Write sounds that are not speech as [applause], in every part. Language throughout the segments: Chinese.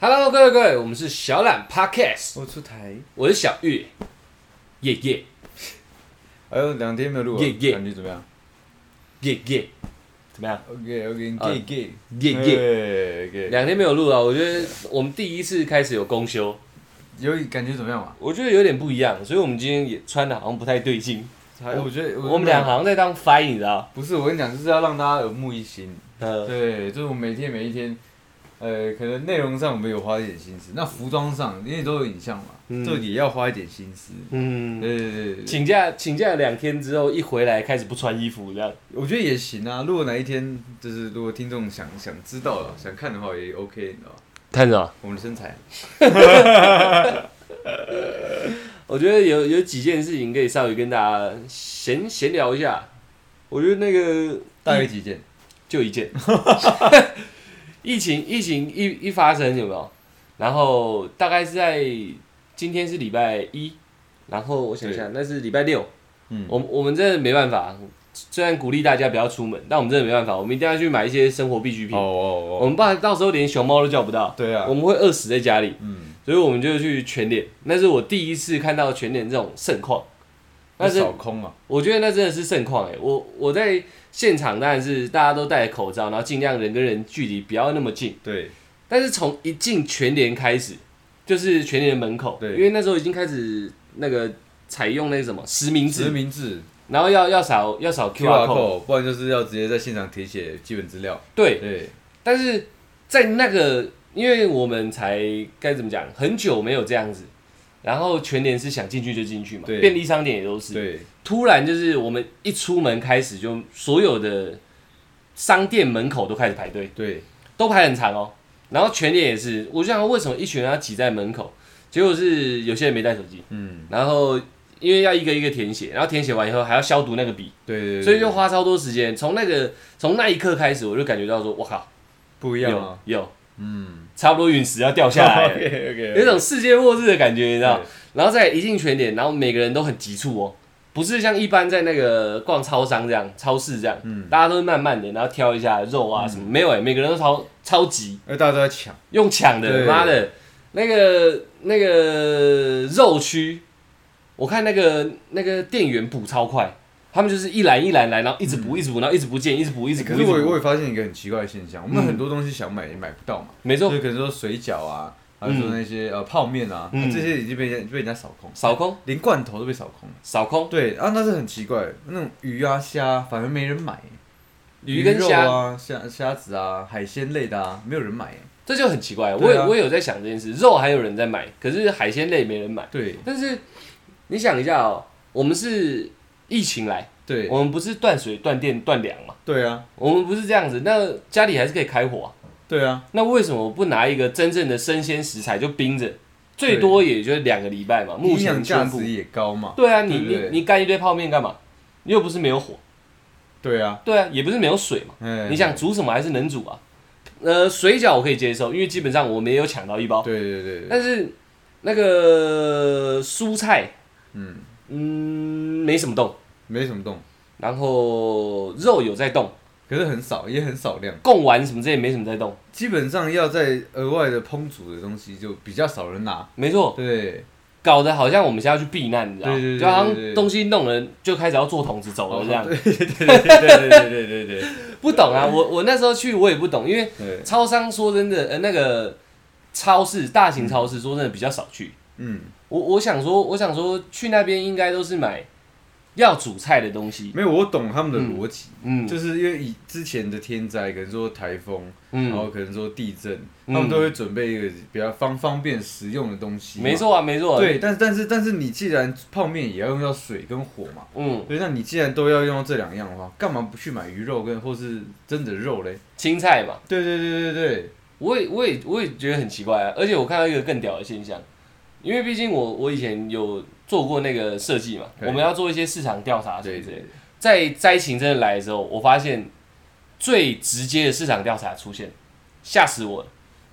各位各位，我们是小懒 Podcast，我出台，我是小玉，耶耶哎呦，两天没有录了耶耶感觉怎么样耶耶，怎么样？ ？OK OK，啊 gay gay 耶耶， OK，两天没有录了，我觉得我们第一次开始有公休，有感觉怎么样嘛？我觉得有点不一样，所以我们今天也穿的好像不太对劲，我哎我觉得我们俩好像在当 f i g h 你知道？不是我跟你讲，就是要让大家耳目一新。呃，对，就是我们每天每一天，呃，可能内容上我们有花一点心思，那服装上因为都有影像嘛，嗯这也要花一点心思。嗯，对对对对对，请假请假两天之后一回来开始不穿衣服这样，我觉得也行啊。如果哪一天就是如果听众想想知道了，想看的话也 OK，你知道吧？看什么？我们的身材，我觉得有有几件事情可以稍微跟大家闲闲聊一下，我觉得那个大概几件？就一 [laughs] 件。疫情疫情一一发生有没有？然后大概是在今天是礼拜一，然后我想想那是礼拜六，嗯，我们我们真的没办法。虽然鼓励大家不要出门，但我们真的没办法，我们一定要去买一些生活必需品。哦哦我哦，们怕到时候连熊猫都叫不到，对啊嗯我，们会饿死在家里。嗯，所以我们就去全脸，那是我第一次看到全脸这种盛况，那那是少空啊。我觉得那真的是盛况哎、我我在现场当然是大家都戴口罩，然后尽量人跟人距离不要那么近，对，但是从一进全联开始，就是全联门口，对因为那时候已经开始那个采用那个什么实名实制，名制然后要要扫要扫 QR QR code， code，不然就是要直接在现场填写基本资料。对，对，但是在那个，因为我们才该怎么讲，很久没有这样子，然后全联是想进去就进去嘛，对便利商店也都是，对，突然就是我们一出门开始就所有的商店门口都开始排队，对，都排很长哦。然后全脸也是，我就想说为什么一群人要挤在门口？结果是有些人没带手机，嗯，然后因为要一个一个填写，然后填写完以后还要消毒那个笔，对对对，所以就花超多时间。从那个从那一刻开始，我就感觉到说，我靠，不一样有啊。有，嗯，差不多陨石要掉 [laughs] 下来了， OK，哎有一种啊世界末日的感觉，你知道对？然后再一进全脸，然后每个人都很急促哦，不是像一般在那个逛超商这样、超市这样，嗯大家都是慢慢的，然后挑一下肉啊什么，没有哎、每个人都超超级而大家都在抢，用抢的，对妈的，那个那个肉区，我看那个那个店员补超快，他们就是一篮一篮来，然后一直补、一直补，然后一直不见，一直补一直补，嗯欸可一是直我我补，也发现一个很奇怪的现象，我们嗯很多东西想买也买不到嘛，没错所以，可能说水饺啊，还有嗯说那些呃泡面啊，嗯这些已经被人家被人家扫空，扫空连罐头都被扫空了。扫空，对啊，那是很奇怪，那种鱼啊虾反而没人买，鱼跟虾、肉啊虾虾子啊海鲜类的啊，没有人买。这就很奇怪。我对也、啊我也有在想这件事，肉还有人在买，可是海鲜类没人买。对但是你想一下哦，我们是疫情来，对我们不是断水、断电、断粮嘛，对啊我们不是这样子，那家里还是可以开火啊。对啊，那为什么不拿一个真正的生鲜食材就冰着？最多也就两个礼拜嘛。目营养前价宣布值，也高嘛。对啊，你对不对你你干一堆泡面干嘛？你又不是没有火，对啊，对啊，也不是没有水嘛。哎，你想煮什么还是能煮啊？呃，水饺我可以接受，因为基本上我们也有抢到一包。对对对对，但是那个蔬菜，嗯，嗯，没什么动，没什么动，然后肉有在动，可是很少，也很少量，贡丸什么这也没什么在动，基本上要在额外的烹煮的东西就比较少人拿。没错，对，搞得好像我们现在要去避难，你知道吗？对对对就好对像对东西弄了就开始要做筒子走了这样，对对对对对对对对 [laughs] 不懂啊，我我那时候去我也不懂，因为 [laughs] 对，超商说真的，呃，那个超市大型超市说真的比较少去，嗯，我我想说，我想说去那边应该都是买要煮菜的东西，没有，我懂他们的逻辑，嗯就是因为以之前的天灾，可能说台风，然嗯，后可能说地震，嗯他们都会准备一个比较方方便实用的东西。没。错啊，没错，，对，但但是但是你既然泡面也要用到水跟火嘛，嗯，对，那你既然都要用到这两样的话，干嘛不去买鱼肉跟或是真的肉嘞？青菜嘛。对对对对对，我也我也我也觉得很奇怪啊，而且我看到一个更屌的现象，因为毕竟我我以前有做过那个设计嘛，对我们要做一些市场调查什么对之对类的对，在灾情真的来的时候，我发现最直接的市场调查出现，吓死我了！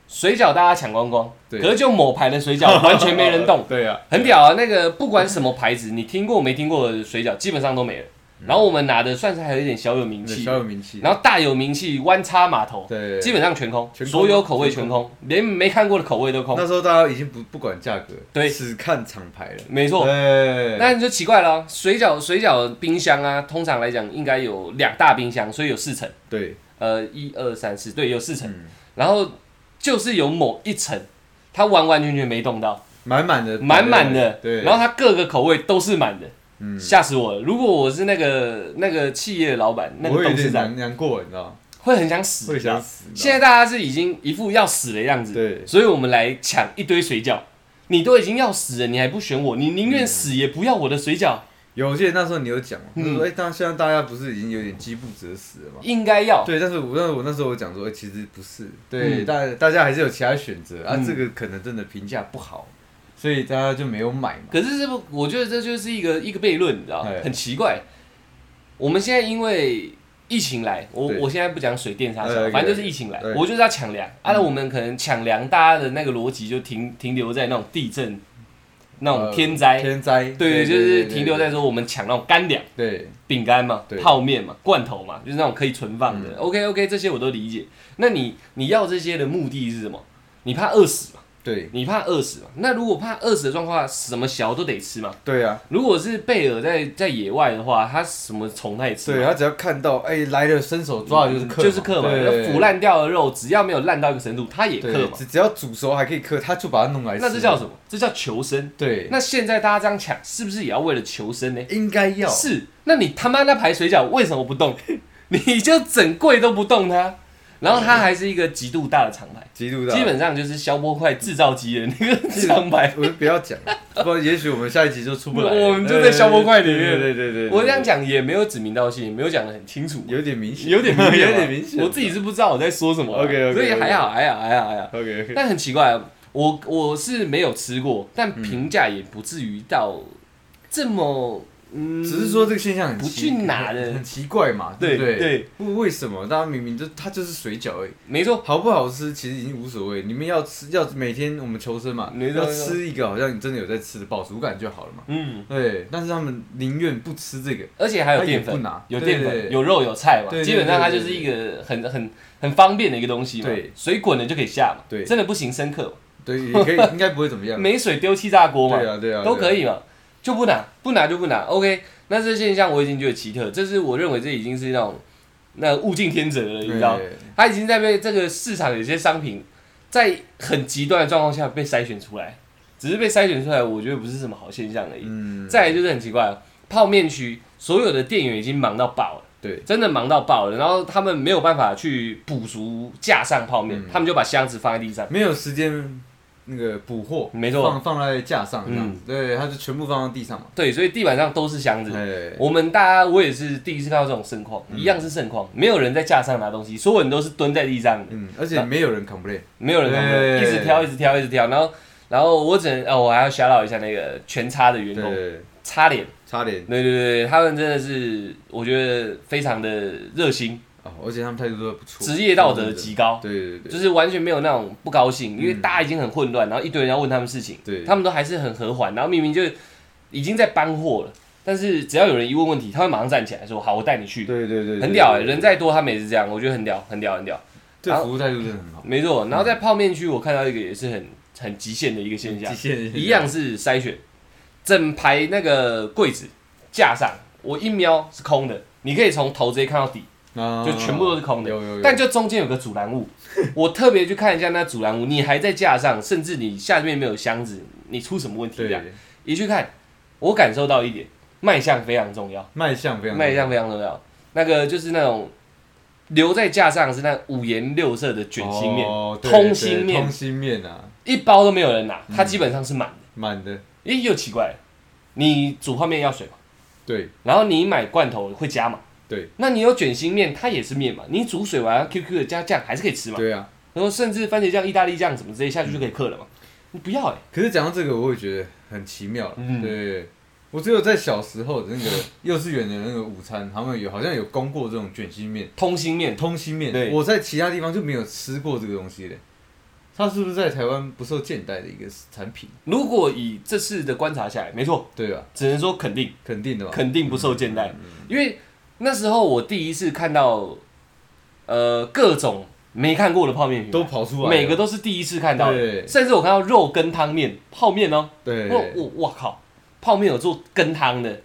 水饺大家抢光光，对可是就某牌的水饺完全没 [laughs] 人动，对啊，很屌啊！那个不管什么牌子，你听过没听过的水饺，基本上都没了。然后我们拿的算是还有一点小有名气嗯小，有名气。然后大有名气湾叉码头，对，基本上全空，全空所有口味全全空，连没看过的口味都空那。时候大家已经不不管价格，对只看厂牌了。没错，对，那你就奇怪了哦。水饺水饺冰箱啊，通常来讲应该有两大冰箱，所以有四层，对，呃，一二三四，对，有四层。嗯然后就是有某一层，它完完全全没动到，满满的，满满的，对，然后它各个口味都是满的，嗯，吓死我了。如果我是那个那个企业老板，那我个会有董事点长，难难过，你知道吗？会很想死，会想死。你知现道在吗大家是已经一副要死的样子，对所以我们来抢一堆水饺。你都已经要死了，你还不选我，你宁愿死也不要我的水饺，有，我记得那时候你有讲嘛，就嗯是说，哎，当现在大家不是已经有点饥不择食了嘛？应该要。对，但是我那我那时候我讲说，哎其实不是，对，嗯大大家还是有其他选择啊嗯，这个可能真的评价不好，所以大家就没有买嘛。可是这不，我觉得这就是一个一个悖论，你知道吗哎很奇怪。我们现在因为疫情来，我对我现在不讲水电啥哎啥，哎反正就是疫情来哎，我就是要抢粮。按照我们可能抢粮，大家的那个逻辑就停停留在那种地震、那种呃天灾，天灾，对，就是停留在对说我们抢那种干粮。对饼干嘛对，嗯泡面嘛，罐头嘛，就是那种可以存放的。OK OK，这些我都理解。那你你要这些的目的是什么？你怕饿死嘛？对你怕饿死嘛？那如果怕饿死的状况下，什么小都得吃嘛。对啊，如果是贝尔在在野外的话，它什么虫它也吃对嘛，他只要看到哎来了，伸手抓的就是克，就是克嘛。对那腐烂掉的肉，只要没有烂到一个程度，它也克对，嘛。只只要煮熟还可以克，他就把它弄来吃。那这叫什么？这叫求生。对，那现在大家这样抢，是不是也要为了求生呢？应该要是，那你他妈那排水饺为什么不动？ [laughs] 你就整柜都不动它，然后它还是一个极度大的厂牌，极度的啊，基本上就是消波块制造机的那个厂牌。我就不要讲了， [laughs] 不然也许我们下一集就出不来了。我们就在消波块里面对对对对对对我这样讲也没有指名道姓，也没有讲的很清楚，有点明显，有点明显吧，有点明显。啊我自己是不知道我在说什么啊 OK，OK，OK 所以还好，还好，还好，还好。 OK OK，但很奇怪，我我是没有吃过，但嗯评价也不至于到这么嗯，只是说这个现象很不奇去哪的很奇怪嘛，对不对？对，不为什么大家明明就它就是水饺而已，没错，好不好吃其实已经无所谓。你们要吃要每天我们求生嘛，没错要吃一个好像你真的有在吃的饱足感就好了嘛。嗯，对，但是他们宁愿不吃这个，而且还有他也淀不粉。拿，有对淀对粉、对有肉、有菜嘛，对对基本上它就是一个很很很方便的一个东西嘛对。水滚了就可以下嘛，对真的不行深刻嘛，对，也可以，应该不会怎么 [laughs] 样。没水丢气炸锅嘛对，啊，对啊，都可以。以嘛，就不拿，不拿就不拿。OK，那这现象我已经觉得奇特，这是我认为这已经是那种那物竞天择了，你知道，对它已经在被这个市场有些商品在很极端的状况下被筛选出来，只是被筛选出来，我觉得不是什么好现象而已。嗯，再来就是很奇怪哦，泡面区所有的店员已经忙到爆了。对，真的忙到爆了，然后他们没有办法去补足架上泡面，嗯他们就把箱子放在地上。没有时间那个补货，没错嗯放放在架上这样子，对，他就全部放到地上嘛。对，所以地板上都是箱子。哎，我们大家，我也是第一次看到这种盛嗯况，一样是盛况，没有人在架上拿东西，所有人都是蹲在地上的，嗯，而且没有人 complain，没有人扛着，对一直挑，一直挑，一直挑。然后，然后我只能，哦，我还要小老一下那个全差的员工，对，擦脸。差点对对对，他们真的是，我觉得非常的热心，哦，而且他们态度都不错，职业道德极高。对对对就是完全没有那种不高兴，因为大家已经很混乱，然后一堆人要问他们事情，对他们都还是很和缓，然后明明就已经在搬货了，但是只要有人一问问题，他会马上站起来说：“好，我带你去。对对对对，”很屌哎、哎，人再多他们也是这样，我觉得很屌，很屌，很屌，这服务态度真的很好，没错。然后在泡面区，我看到一个也是很很极限的一个现象极，限一样是筛选，整排那个柜子架上，我一瞄是空的，你可以从头直接看到底，啊，就全部都是空的有有有，但就中间有个阻拦物， [laughs] 我特别去看一下那阻拦物，你还在架上，甚至你下面没有箱子，你出什么问题对呀、一去看，我感受到一点，卖相非常重要，卖相非常卖相非常重要。那个就是那种留在架上是那五颜六色的卷心面，哦对通心对面通心嗯面啊，一包都没有人拿，它基本上是满的。满的，咦、又奇怪了，你煮泡面要水嘛，对然后你买罐头会加嘛，对那你有卷心面，它也是面嘛，你煮水完 QQ 的加酱还是可以吃嘛。对啊。然后甚至番茄酱、意大利酱什么之类下去就可以刻了嘛。嗯你不要哎、可是讲到这个，我也觉得很奇妙了。嗯对，我只有在小时候的那个 [laughs] 幼稚园的那个午餐，他们有好像有供过这种卷心面、通心面，通心面。对我在其他地方就没有吃过这个东西嘞。它是不是在台湾不受见待的一个产品？如果以这次的观察下来，没错，对吧？只能说肯定，肯定的吧？肯定不受见嗯待，因为那时候我第一次看到，呃，各种没看过的泡面品牌都跑出来了，每个都是第一次看到的，对甚至我看到肉跟汤面、泡面哦、对我我我靠，泡面有做羹汤的，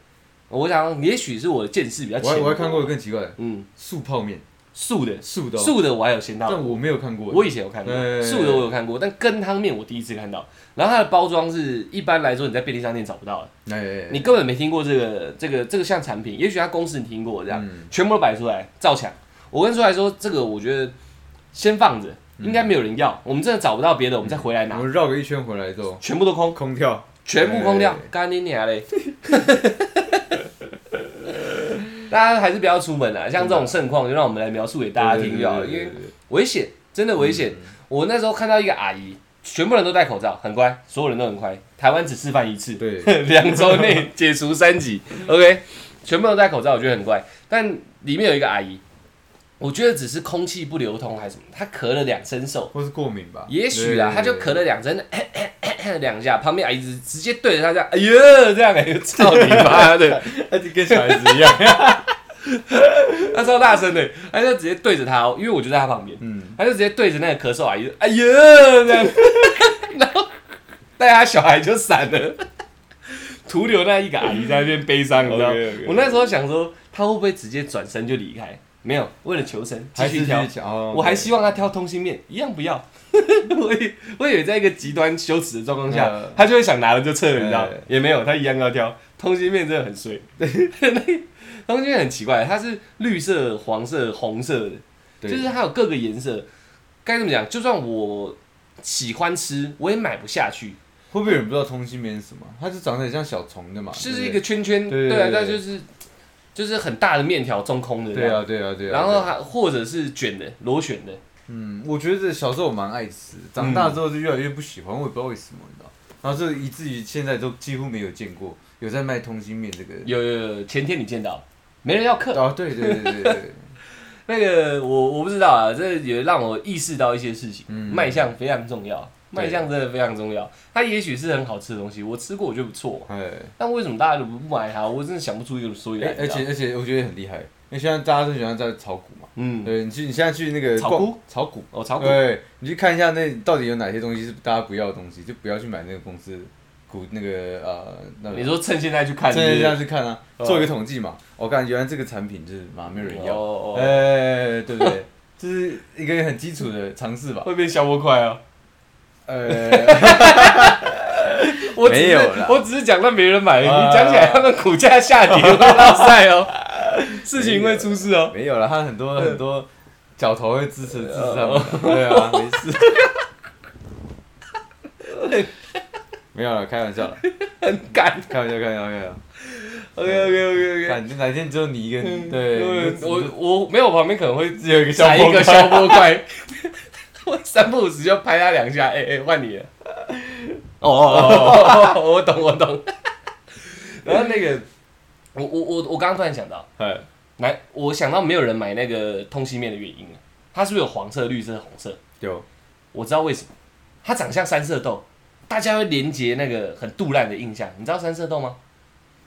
我想也许是我的见识比较我还浅。我还看过一个更奇怪的嗯，素泡面，素的素的哦，素的我还有先到，但我没有看过。我以前有看过对素的我有看过，但羹汤面我第一次看到。然后它的包装是一般来说你在便利商店找不到的，哎哎，哎你根本没听过这个这个这个项产品，也许它公司你听过这样，嗯全部都摆出来照抢。我跟出来说这个我觉得先放着，嗯应该没有人要，我们真的找不到别的，我们再回来我拿，们绕个一圈回来之后，全部都空。空跳，全部空掉对，干你娘嘞！ [laughs] 大家还是不要出门了、像这种盛况，就让我们来描述给大家听就好了，对因对对为危险，真的危嗯险。我那时候看到一个阿姨，全部人都戴口罩，很乖，所有人都很乖。台湾只示范一次，对对对 [laughs] 两周内解除三 [laughs] 级，OK，全部都戴口罩，我觉得很怪。但里面有一个阿姨，我觉得只是空气不流通还是什么，她咳了两声嗽，或是过敏吧，也许啦，对他就咳了两声， [coughs] 咳咳咳咳两下，旁边阿姨直直接对着他这样，哎呦，这样哎、呦，操你妈 [laughs] 的，而且跟小孩子一 [laughs] 样，他超大声的，他就直接对着他哦，因为我就在他旁边，嗯，他就直接对着那个咳嗽阿姨，哎呦，这样，然后带他小孩就闪了，徒留那一个阿姨在那边悲伤，你知道吗 [laughs] OK，OK 嗯我那时候想说，他会不会直接转身就离开？没有，为了求生，继还续是挑去。抢，哦我还希望他挑通心面，一样不要。 [laughs] 我以我以为在一个极端羞耻的状况下嗯，他就会想拿了就撤了，你知道吗嗯？也没有，他一样要挑通心面，真的很衰。 [laughs] 那通心面很奇怪，它是绿色、黄色、红色的，对就是它有各个颜色。该怎么讲？就算我喜欢吃，我也买不下去，会不会有人不知道通心面是什么？它就长得很像小虫的嘛，就是一啊对个圈圈，对对对啊，对那对就是就是很大的面条中空的不这对对样，啊对啊对啊，然后对啊还或者是卷的螺旋的，嗯，我觉得小时候我蛮爱吃，长大之后就越来越不喜欢，我也不知道为什么，你知道，然后就以至于现在都几乎没有见过有在卖通心面这个，有有有，前天你见到，没人要克。 [laughs] 哦对对对对对 [laughs] 对，那个我我不知道啊，这也让我意识到一些事情，嗯卖相非常重要，对卖相真的非常重要。它也许是很好吃的东西，我吃过我觉得不错，哎但为什么大家都不买它？我真的想不出一个所以然哎，。而你知道且而且我觉得很厉害，因为现在大家都喜欢在炒股嘛，嗯，对你去你现在去那个炒逛股炒股。哦，炒股，对，你去看一下那到底有哪些东西是大家不要的东西，就不要去买那个公司股那个呃那个你说趁现在去看，真的是这不样是去看啊，哦做一个统计嘛。我看原来这个产品就是嘛没有人要，哦哦，哎，对不对？这是一个很基础的 [laughs] 尝试吧。会变消波块哦。呃，我只是没有啦我只是讲让别人买，你啊讲起来他们股价下跌，会落赛哦， [laughs] 事情会出事哦。没有了，他很多很多角头会支持支持他们哦的，对啊，没 [laughs] 事。没有了，开玩笑了，很赶。开玩笑，开玩笑，开玩笑。 OK OK OK OK。反正哪天只有你一个人，哎嗯对对，，我我没有，旁边可能会只有一个甩波一个块消波块，我三不五时就拍他两下，哎、哎，换、你了。哦哦哦，我懂我懂。然后那个，我我我我刚刚突然想到，哎来，我想到没有人买那个通心面的原因了，它是不是有黄色、绿色、红色？有我知道为什么，它长相三色豆，大家会连接那个很杜烂的印象。你知道三色豆吗？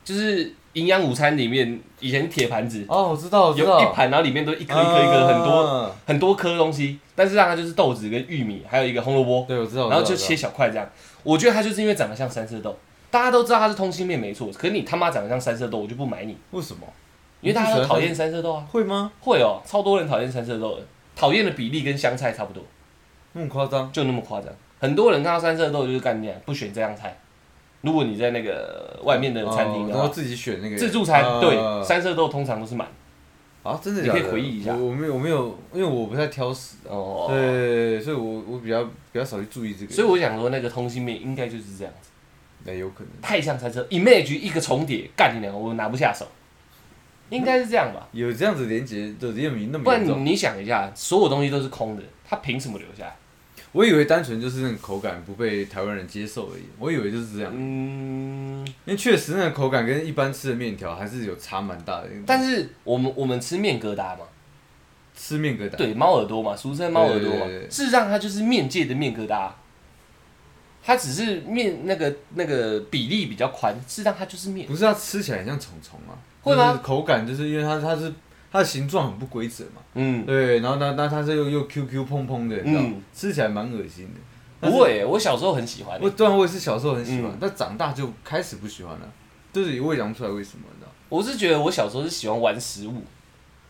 就是营养午餐里面以前铁盘子哦，我知道，我知有道，一盘，然后里面都一颗一颗一颗很多啊，很多颗东西，但是让它就是豆子跟玉米，还有一个红萝卜，对，我哦知道，我知道然后就我知道切小块这样。我觉得它就是因为长得像三色豆，大家都知道它是通心面没错，可是你他妈长得像三色豆，我就不买你，为什么？因为大家都讨厌三色豆啊。会吗？会哦，超多人讨厌三色豆的，讨厌的比例跟香菜差不多，那么夸张？就那么夸张。很多人看到三色豆就是干掉，不选这样菜。如果你在那个外面的餐厅哦的然话，后自己选那个自助餐、啊对三色豆通常都是满啊，真的你假的可以回忆一下我我没有我没有，因为我不太挑食，哦。对，所以我我比较比较少去注意这个，所以我想说，那个通心面应该就是这样。那有可能太像三车，image 一个重叠，干你娘，我拿不下手，应该是这样吧？有这样子连接的也没那不么然严你重。你想一下，所有东西都是空的，他凭什么留下来？我以为单纯就是那种口感不被台湾人接受而已，我以为就是这样，嗯，因为确实那个口感跟一般吃的面条还是有差蛮大的。但是我们我们吃面疙瘩嘛，吃面疙瘩。对，猫耳朵嘛，俗称猫耳朵嘛对对对，对事实上它就是面界的面疙瘩，啊它只是面那个那个比例比较宽，事实上它就是面。不是它吃起来很像虫虫吗？会吗？口感就是因为它它是它的形状很不规则嘛，嗯，对，然后那那它是又又 Q Q 碰碰的，你知道吗嗯吃起来蛮恶心的。但不是会耶，我小时候很喜欢欸耶。我当然我也是小时候很喜欢嗯，但长大就开始不喜欢了，就是我也讲不出来为什么，你知道吗？我是觉得我小时候是喜欢玩食物，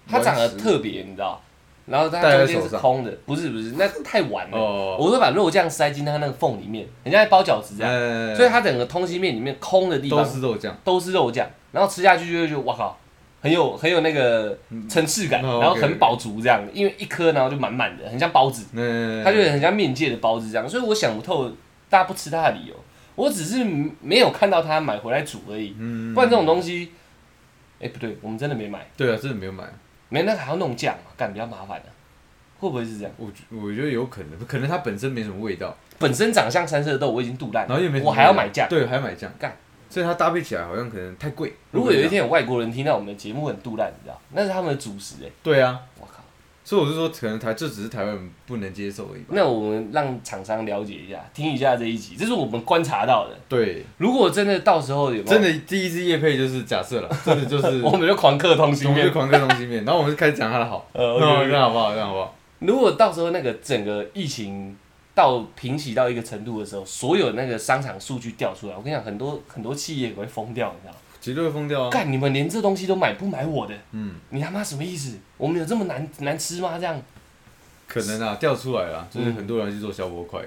它长得玩食物特别，你知道，然后它戴在中间手是上空的，不是不是，那太晚了。哦，我会把肉酱塞进它那个缝里面，人家在包饺子这样，呃啊所以它整个通心面里面空的地都方是肉酱，都是肉酱，然后吃下去就会觉得哇靠，很有很有那个层次感，哦然后 OK，很 OK 饱足这样，因为一颗然后就满满的，很像包子，那它就很像面界的包子这样，所以我想不透大家不吃它的理由，我只是没有看到它买回来煮而已，嗯不然这种东西，哎不对，我们真的没买，对啊，真的没有买，没没那个还要弄酱嘛，干比较麻烦的、啊会不会是这样？我觉我觉得有可能，可能它本身没什么味道，本身长相三色豆我已经肚烂了，然后又没什么我还要味道买酱。对，还要买酱，干，所以它搭配起来好像可能太贵。如果有一，天有外国人听到我们的节目很肚烂，你知道，那是他们的主食哎、对啊，我靠！所以我是说，可能台这只是台湾人不能接受而已吧。那我们让厂商了解一下，听一下这一集，这是我们观察到的。对，如果真的到时候有没有真，的第一支夜配就是假设了，真的就 [laughs] 是我们就狂嗑通我心们就面。狂嗑东西面，然后我们就开始讲它的好，呃那这，OK。样好不好？这样好不好？如果到时候那个整个疫情到平息到一个程度的时候，所有那个商场数据掉出来，我跟你讲，很多很多企业会疯掉，你知道吗？绝对会疯掉啊！干，你们连这东西都买不买我的？嗯，你他妈什么意思？我们有这么难难吃吗？这样可能啊，掉出来了，就是嗯很多人去做消波 [laughs] 块。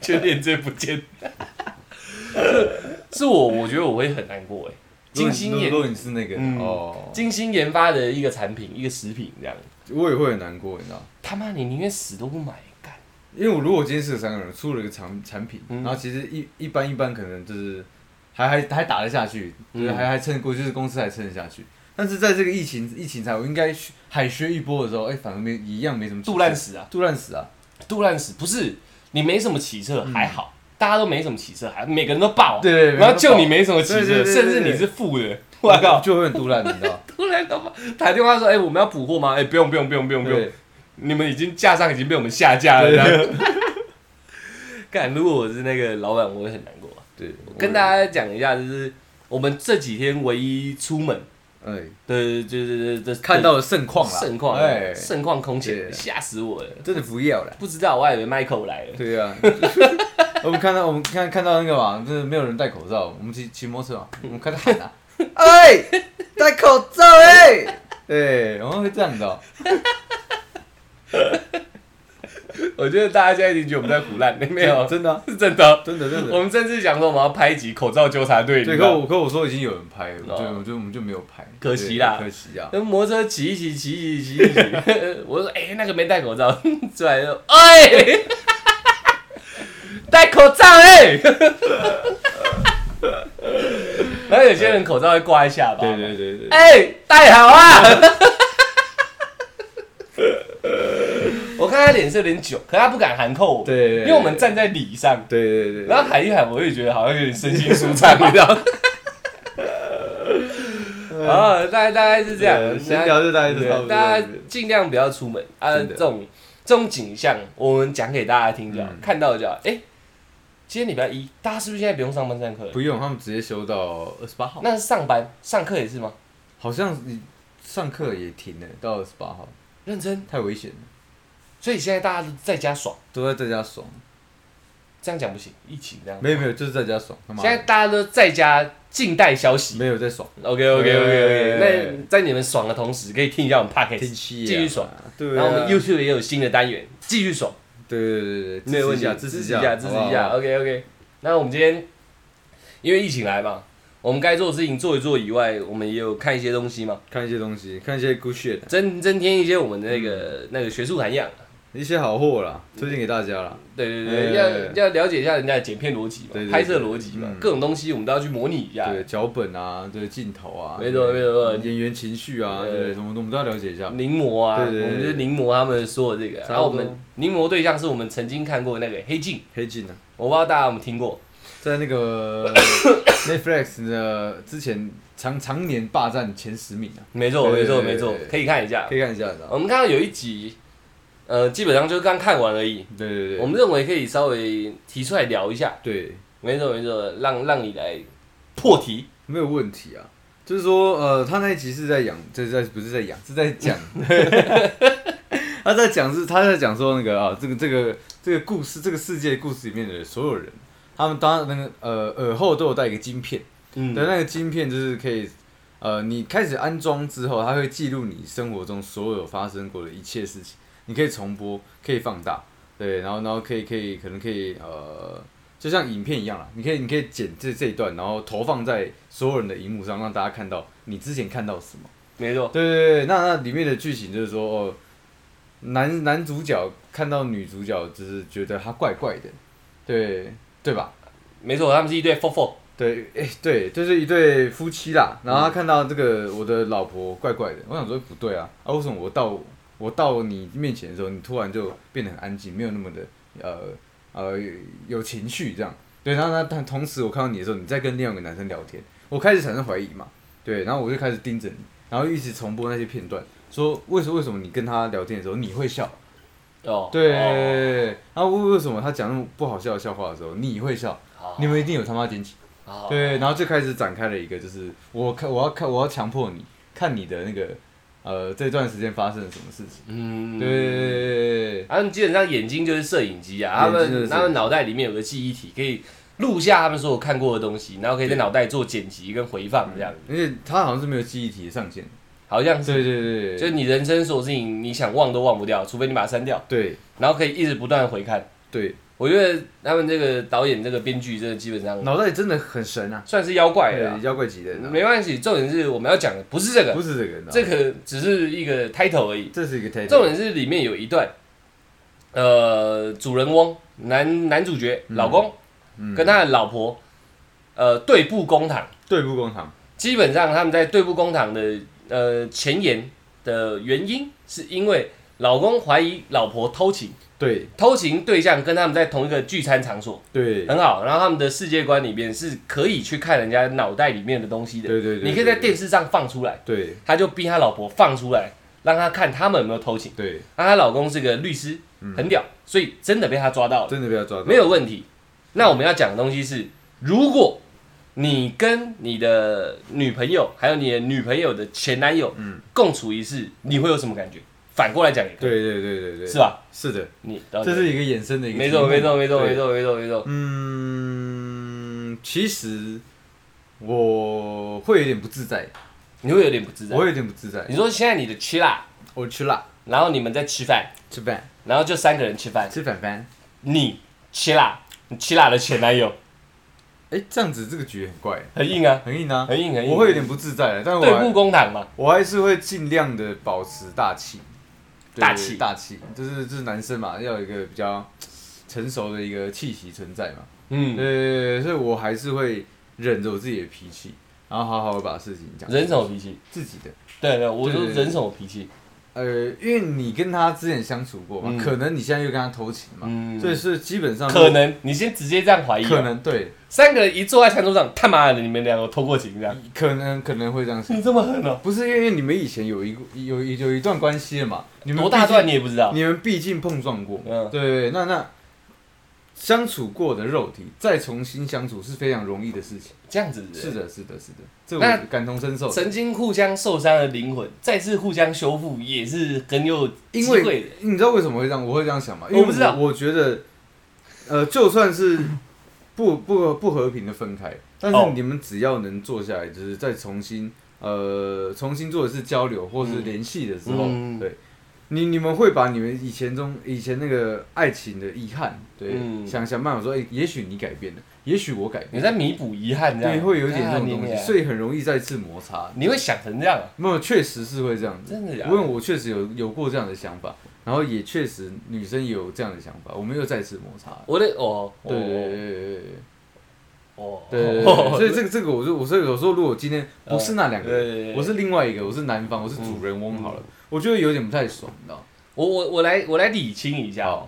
就链接不 [laughs] 见，是是我，我觉得我会很难过哎。精心研如果你是那个嗯哦，精心研发的一个产品，一个食品这样，我也会很难过，你知道。他妈你宁愿死都不买，干因为我如果今天是个三个人出了一个产产品，嗯然后其实一一般一般可能就是还还还打得下去，就是嗯还还撑得过，就是公司还撑得下去。但是在这个疫情疫情才我应该学海削一波的时候，哎、反而没一样没什么起色杜烂死啊，杜烂死啊！杜烂死不是你没什么起色还好，大家都没什么起色，还嗯每个人都爆，对对对然后就你没什么起对对色，对对甚至你是负的，我靠，就会很杜烂，你知道？突然他妈打电话说，哎，我们要补货吗？哎，不用不用不用不 [laughs] 用不用对，，你们已经架上已经被我们下架了，对这 [laughs] 样。干，如果我是那个老板，我会很难过。对，我跟大，家讲一下，就是我们这几天唯一出门哎、的，就是的看到了盛况啦，盛况，哎、盛况空前，对吓死我了！真的不要了。不知道我还以为 Michael 来了， [laughs] 对啊，我们看到我们看看到那个嘛，就是没有人戴口罩，我们骑骑摩托车嘛，我们开始 [laughs] 喊啊，哎，戴口罩哎、对，我们会这样的、哦，我觉得大家现在已经觉得我们在胡 [laughs] 乱，没有，真的啊、是真的。真的真我的。们甚至想说我们要拍一集口罩纠察队，你对，知可道吗我可我说已经有人拍了，哦对，我觉得我们就没有拍，可惜啦对可惜 [laughs] 啊。那摩托车骑一骑，骑一骑，骑一骑。 [laughs] 我说，哎、那个没戴口罩，出来就，哎、 [laughs] 戴口罩哎、 [laughs] 然后有些人口罩会挂一下吧，对对对对，哎、戴好啊！ [laughs] 我看他脸色有点久，可他不敢喊扣我，对对因对为我们站在礼上，对对对然后喊一喊，我也觉得好像有点身心舒畅，你知道吗？[laughs] [laughs] 啊，大概大概是这样，对大闲家聊就大家知道对，大家尽量不要出门啊，真的这种这种景象，我们讲给大家听就好，嗯看到就好。哎、今天礼拜一，大家是不是现在不用上班上课了？不用，他们直接休到二十八号，那是上班上课也是吗？好像你上课也停了，到二十八号，认真，太危险了，所以现在大家都在家爽，都在在家爽，这样讲不行，疫情这样。没有没有，就是在家爽，他妈现的在大家都在家静待消息。没有在爽。 OK OK OK 对 OK，那在你们爽的同时，可以听一下我们 Podcast，天气啊哎继续爽。对啊，然后我们 YouTube 也有新的单元，继续爽。啊对对对对，没有问题，支支持持一一下，下，支支持持一下一下。OK OK，那我们今天因为疫情来嘛，我们该做的事情做一做以外，我们也有看一些东西嘛，看一些东西，看一些 good shit，增增添一些我们的那嗯个、那个学术涵养。一些好货啦，推荐给大家啦。对对对，哎哎哎要要了解一下人家的剪片逻辑嘛，对对对拍摄逻辑嘛，嗯各种东西我们都要去模拟一下。对，脚本啊，对，镜头啊，嗯没错对没错没嗯错演员情绪啊，对对，什么我们都要了解一下。临摹啊，对对对我们就是临摹他们说的这个。啊差不多然后我们临摹对象是我们曾经看过那个《黑镜》，黑镜啊，我不知道大家有没有听过。在那 [coughs] 个 Netflix 的之前常常年霸占前十名啊，没错，对没错，对没错对，可以看一下可。以看一下，你知道吗？我们看到有一集，呃，基本上就是刚看完而已。对对对，我们认为可以稍微提出来聊一下，对没错没错，让让你来破题。没有问题啊。就是说，呃，他那一集是在养，这是在不是在养，是在讲， [laughs] 他在讲是他在讲说那个啊，这个这个这个故事，这个世界故事里面的所有人，他们当那个呃耳后都有带一个晶片。嗯对，那个晶片就是可以，呃，你开始安装之后，它会记录你生活中所有发生过的一切事情，你可以重播，可以放大，对，然后然后可以可以可能可以呃，就像影片一样啦，你可以你可以剪这这一段，然后投放在所有人的荧幕上，让大家看到你之前看到什么。没错，对对对，那那里面的剧情就是说，哦，男男主角看到女主角，就是觉得她怪怪的，对对吧？没错，他们是一对 f o f 对，哎、对，就是一对夫妻啦。然后他看到这个我的老婆怪怪的，我想说不对啊，啊，为什么我到我到你面前的时候，你突然就变得很安静，没有那么的呃呃有情绪这样？对，然后呢，但同时我看到你的时候，你在跟另外一个男生聊天，我开始产生怀疑嘛，对，然后我就开始盯着你，然后一直重播那些片段，说为什为什么你跟他聊天的时候你会笑？哦，对，哦然后为为什么他讲那么不好笑的笑话的时候你会笑？好，你们一定有他妈剪辑。好，对，然后就开始展开了一个，就是我看我要看我要强迫你看你的那个呃这段时间发生了什么事情。嗯，对，他们基本上眼睛就是摄影机啊，他眼睛就是们摄影机他们脑袋里面有个记忆体，可以录下他们所有看过的东西，然后可以在脑袋做剪辑跟回放，这样而且他好像是没有记忆体的上限。好像是嗯对对对嗯就是对，你人生所有事情，你想忘都忘不掉，除非你把它删掉，对然后可以一直不断的回看。对，我觉得他们这个导演、这个编剧，真的基本上脑袋真的很神啊，算是妖怪了啊。嗯对，妖怪级的，没关系，重点是我们要讲的不是这个，不是这个，你知道吗啊这个只是一个 title 而已。这是一个 title，重点是里面有一段，呃，主人翁男男主角老公、嗯跟他的老婆，呃，对簿公堂。对簿公堂，基本上他们在对簿公堂的呃前言的原因，是因为老公怀疑老婆偷情，对偷情对象跟他们在同一个聚餐场所，对很好。然后他们的世界观里面是可以去看人家脑袋里面的东西的，对对对，你可以在对电视上放出来。对他就逼他老婆放出来，让他看他们有没有偷情。对，那啊她老公是个律师，嗯很屌，所以真的被他抓到了，真的不要抓到，没有问题。那我们要讲的东西是，如果你跟你的女朋友，还有你的女朋友的前男友，嗯共处一室，你会有什么感觉？反过来讲也可对对对对对，以，是？吧？是的，你这是一个衍生的一个没题错，目没错，没错，对没错，没错，没错。嗯，其实我会有点不自在，你会有点不自在我。会有点不自在你。说现在你的吃啦，我吃辣，然后你们在吃饭，吃饭，然后就三个人吃饭，吃饭饭。你吃啦，你吃啦的前男友哎、这样子这个局很怪，很硬啊，很硬啊，很硬很硬。我会有点不自在，啊但我对簿还公堂嘛，我还是会尽量的保持大气，对大气大气，就是就是男生嘛，要有一个比较成熟的一个气息存在嘛。对嗯，对对，所以我还是会忍着我自己的脾气，然后好好地把事情讲。人什么脾气？自己的。对对，我说对对人什么脾气？呃，因为你跟他之前相处过嘛，嗯可能你现在又跟他偷情嘛，嗯所以是基本上可能你先直接这样怀疑啊，可能对，三个人一坐在餐桌上，他妈的，你们两个偷过情这样，可能可能会这样想。你这么狠哦？不是因为你们以前有一个有有有一段关系了嘛？你们多大毕竟段你也不知道？你们毕竟碰撞过，嗯对，那那相处过的肉体再重新相处是非常容易的事情。这样子是的，的，是的，是的，这那我感同身受。曾经互相受伤的灵魂，再次互相修复，也是很有机因会为的。你知道为什么会这样，我会这样想吗？因为我不知道我觉得，呃，就算是不不不和平的分开，但哦是你们只要能坐下来，就是再重新呃重新做一次交流或是联系的时候，嗯对。你你们会把你们以前中以前那个爱情的遗憾，对，嗯想想办法说，哎、也许你改变了，也许我改你变了，在弥补遗憾，这对，样会有一点这啊种你东西，你所以很容易再次摩擦。你会想成这样啊，没有，确实是会这样子。真的假因为的？我确实有有过这样的想法，然后也确实女生也有这样的想法，我们又再次摩擦了。我的哦，哦对对对哦，对对 [laughs] 对对对，所以这个这个，我就我所以有时候如果今天不是那两个对对对嗯人，我是另外一个，我是男方，我是主人翁好了，我觉得有点不太爽，你知道吗？我我我来我来理清一下哦，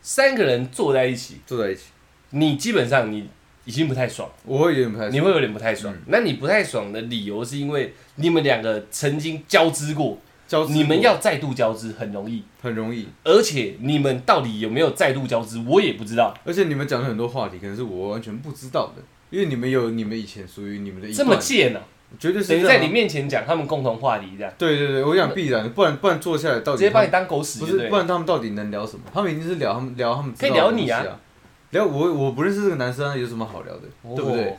三个人坐在一起。坐在一起，你基本上你已经不太爽，我会有点不太，你会有点不太爽。嗯那你不太爽的理由是因为你们两个曾经交织过，交织你们过要再度交织很容易，很容易，而且你们到底有没有再度交织，我也不知道。而且你们讲的很多话题可能是我完全不知道的，因为你们有你们以前属于你们的一这么段贱呢、绝对是等于这样在啊你面前讲他们共同话题，这样对对对，我想必然，不然不然坐下来到底直接他把们你当狗屎不就对是，了，不然他们到底能聊什么？他们一定是聊他们聊他们知道可以聊的你啊东西啊，聊我我不认识这个男生啊，有什么好聊的，哦对不对？？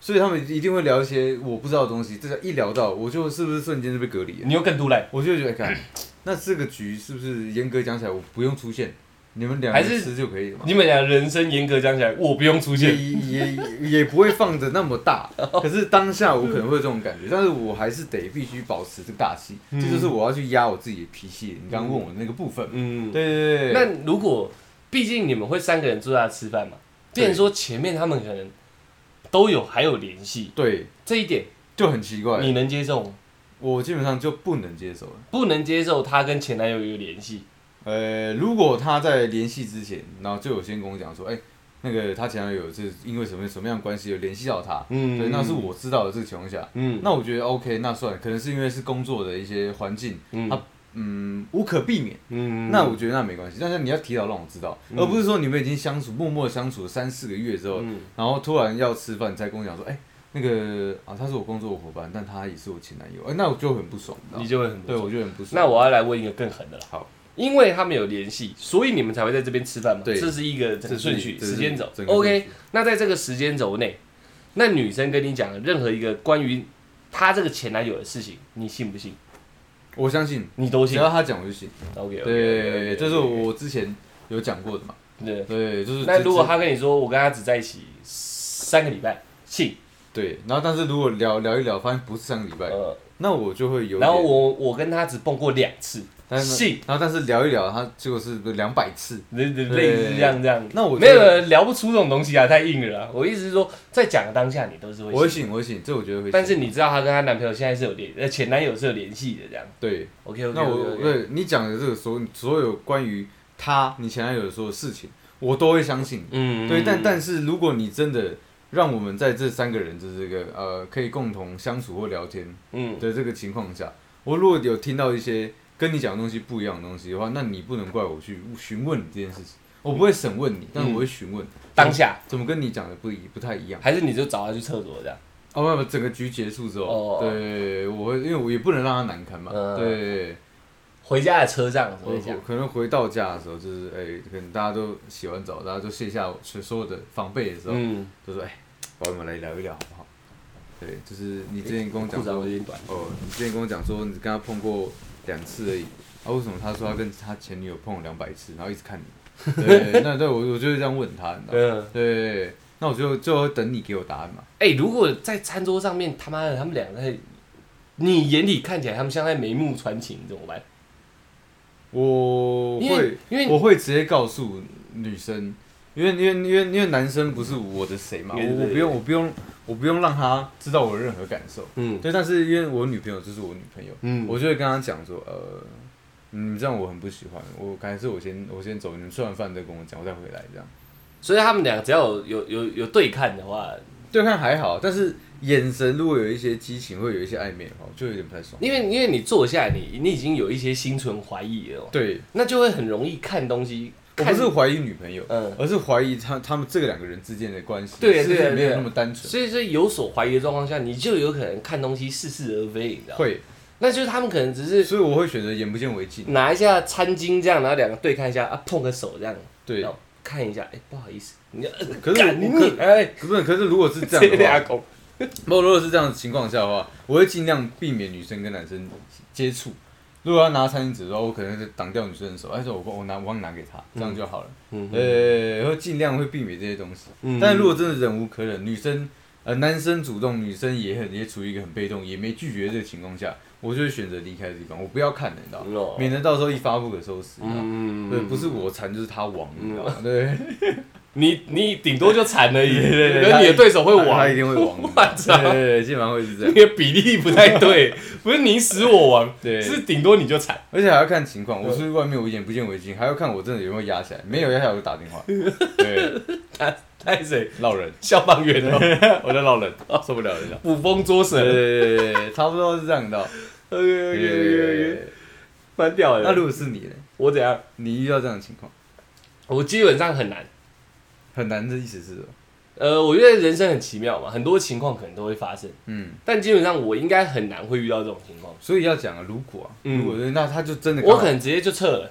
所以他们一定会聊一些我不知道的东西，这个一聊到，我就是不是瞬间就被隔离了？你又更毒赖，我就觉 [clears throat] 得，看，那这个局是不是严格讲起来，我不用出现，你们两还个是人吃就可以了嘛？你们俩人生严格讲起来，我不用出也现，也也也不会放的那么 [laughs] 大，可是当下我可能会有这种感觉，但是我还是得必须保持这个大气，嗯这就是我要去压我自己的脾气。你刚刚问我的那个部分，嗯，对对对，那如果毕竟你们会三个人坐下来吃饭嘛，变成说前面他们可能都有还有联系，对这一点就很奇怪，你能接受吗？我基本上就不能接受了。不能接受她跟前男友有联系，呃，如果他在联系之前，然后就有先跟我讲说，哎、那个他前男友是因为什么什么样的关系有联系到他，嗯对，那是，我知道的这个情况下，嗯，那我觉得 OK，那算了，可能是因为是工作的一些环境，嗯他嗯无可避免，嗯那我觉得那没关系，但是你要提早让我知道，嗯而不是说你们已经相处默默相处三四个月之后，嗯然后突然要吃饭才跟我讲说，哎、那个啊他是我工作伙伴，但他也是我前男友，哎、那我就很不爽，你你知道吗就会很不对爽。我就很不爽。那我要来问一个更狠的了，好，因为他们有联系，所以你们才会在这边吃饭嘛，对这是一个整个顺序这是时间轴整。个顺序 OK，那在这个时间轴内，那女生跟你讲的任何一个关于她这个前男友的事情，你信不信？我相信。你都只信要他讲我就信。 ？OK，对，这是我之前有讲过的嘛。对。对，就是那只如果他跟你说我跟他只在一起三个礼拜，信，对，然后但是如果聊聊一聊，发现不是上个礼拜，呃，那我就会有点。然后我我跟他只碰过两次，但是信，然后但是聊一聊，他结果是两百次。类类对类似这样这样。那我没觉得有聊不出这种东西啊，太硬了啊。我意思是说，在讲的当下你都是我会会信，信，我会信，这我觉得会信。但是你知道她跟她男朋友现在是有联，呃，前男友是有联系的这样。对， OK OK 那我 OK，对你讲的这个所所有关于他你前男友的所有事情，我都会相信。嗯对，但但是如果你真的让我们在这三个人就是这个呃可以共同相处或聊天，嗯，的这个情况下，我如果有听到一些跟你讲的东西不一样的东西的话，那你不能怪我去询问你这件事情，我不会审问你，但我会询问、嗯当下怎么跟你讲的不一不太一样。还是你就找他去厕所这样。哦，不不，整个局结束之后，哦对，我会因为我也不能让他难堪嘛，嗯对，回家的车上的时我候讲我，可能回到家的时候，就是哎、可能大家都洗完澡，大家都卸下所有的防备的时候，嗯，就说哎、宝宝们来聊一聊好不好？对，就是你之前跟我裤讲子说有。点短。哦，你之前跟我讲说你跟他碰过两次而已，啊，为什么他说他跟他前女友碰了两百次，然后一直看你？ [laughs] 对，那对我我就会这样问他，你知道吗？嗯，对，那我就就会等你给我答案嘛。哎、如果在餐桌上面，他妈的，他们两个在你眼里看起来，他们像在眉目传情，你怎么办？我因为会，因为我会直接告诉女生，因为因为因为因为男生不是我的谁嘛，我对对对我不用我不用我不用让他知道我的任何感受。嗯对，但是因为我女朋友就是我女朋友，嗯，我就会跟他讲说，呃，你这样我很不喜欢，我还是我先我先走，你们吃完饭再跟我讲，我再回来这样。所以他们俩只要有有有有对看的话，对看还好，但是眼神如果有一些激情，会有一些暧昧的话，我就有点不太爽。因为因为你坐下来，你你已经有一些心存怀疑了哦，对，那就会很容易看东西。我不看是怀疑女朋友，嗯而是怀疑他他们这个两个人之间的关系，对是不对是没有对那么单纯。所以，所以有所怀疑的状况下，你就有可能看东西似是而非，你知道吗？会，那就是他们可能只是所以我会选择眼不见为净。拿一下餐巾这样，然后两个对看一下啊，碰个手这样，对然，后看一下，哎、不好意思，你 [laughs] 要可是干我可你哎，不是，可是如果是 [laughs] 这这样的俩话，狗，不，如果是这样的情况下的话，我会尽量避免女生跟男生接触。如果要拿餐巾纸的话，我可能是挡掉女生的手，哎，说我我拿我忘拿给她，这样就好了。嗯呃，会尽量会避免这些东西。嗯但如果真的忍无可忍，女生呃男生主动，女生也很也处于一个很被动，也没拒绝这个情况下，我就会选择离开这个地方，我不要看了，你知道吗，哦免得到时候一发不可收拾。你知道吗嗯对，不是我残就是他亡，你知道吗？对，你，你顶多就惨而已，对对可是你的对手会他一亡，定会亡。你知道 [laughs] 我操吗对对对，基本上会是这样你。的比例不太 [laughs] 对，不是你死我亡，对是顶多你就惨。而且还要看情况，我 [laughs] 出去外面我眼不见为净，还要看我真的有没有压起来，没有压起来我就打电话。对，他是谁？老人，消防员 [laughs] 哦，我的老人受不了了。捕风捉对蛇。对对对，差不多是这样的哦。 OK OK OK OK，蛮屌的。那如果是你呢？我怎样？你遇到这样的情况，我基本上很难。很难的意思是什么，呃，我觉得人生很奇妙嘛，很多情况可能都会发生，嗯，但基本上我应该很难会遇到这种情况。所以要讲啊，如果啊，嗯如果是那他就真的刚好，我可能直接就撤了。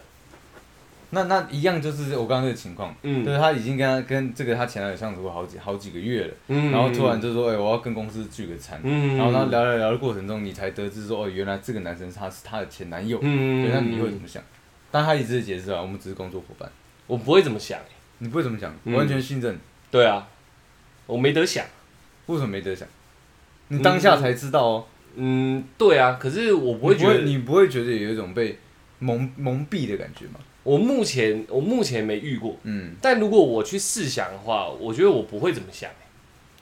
那那一样就是我刚刚这个情况，嗯就是他已经跟他跟这个他前男友相处过好几好几个月了，嗯然后突然就说，哎，我要跟公司聚个餐，嗯然后他聊聊聊的过程中，你才得知说，哦，原来这个男生他是他的前男友，嗯对，那你会怎么想？但他一直解释啊，我们只是工作伙伴，我不会怎么想、欸。你不会怎么想，嗯完全信任，对啊，我没得想。为什么没得想？你当下才知道哦，嗯，对啊，可是我不会你觉不会得。你不会觉得有一种被蒙蒙蔽的感觉吗？我目前我目前没遇过，嗯，但如果我去试想的话，我觉得我不会怎么想、欸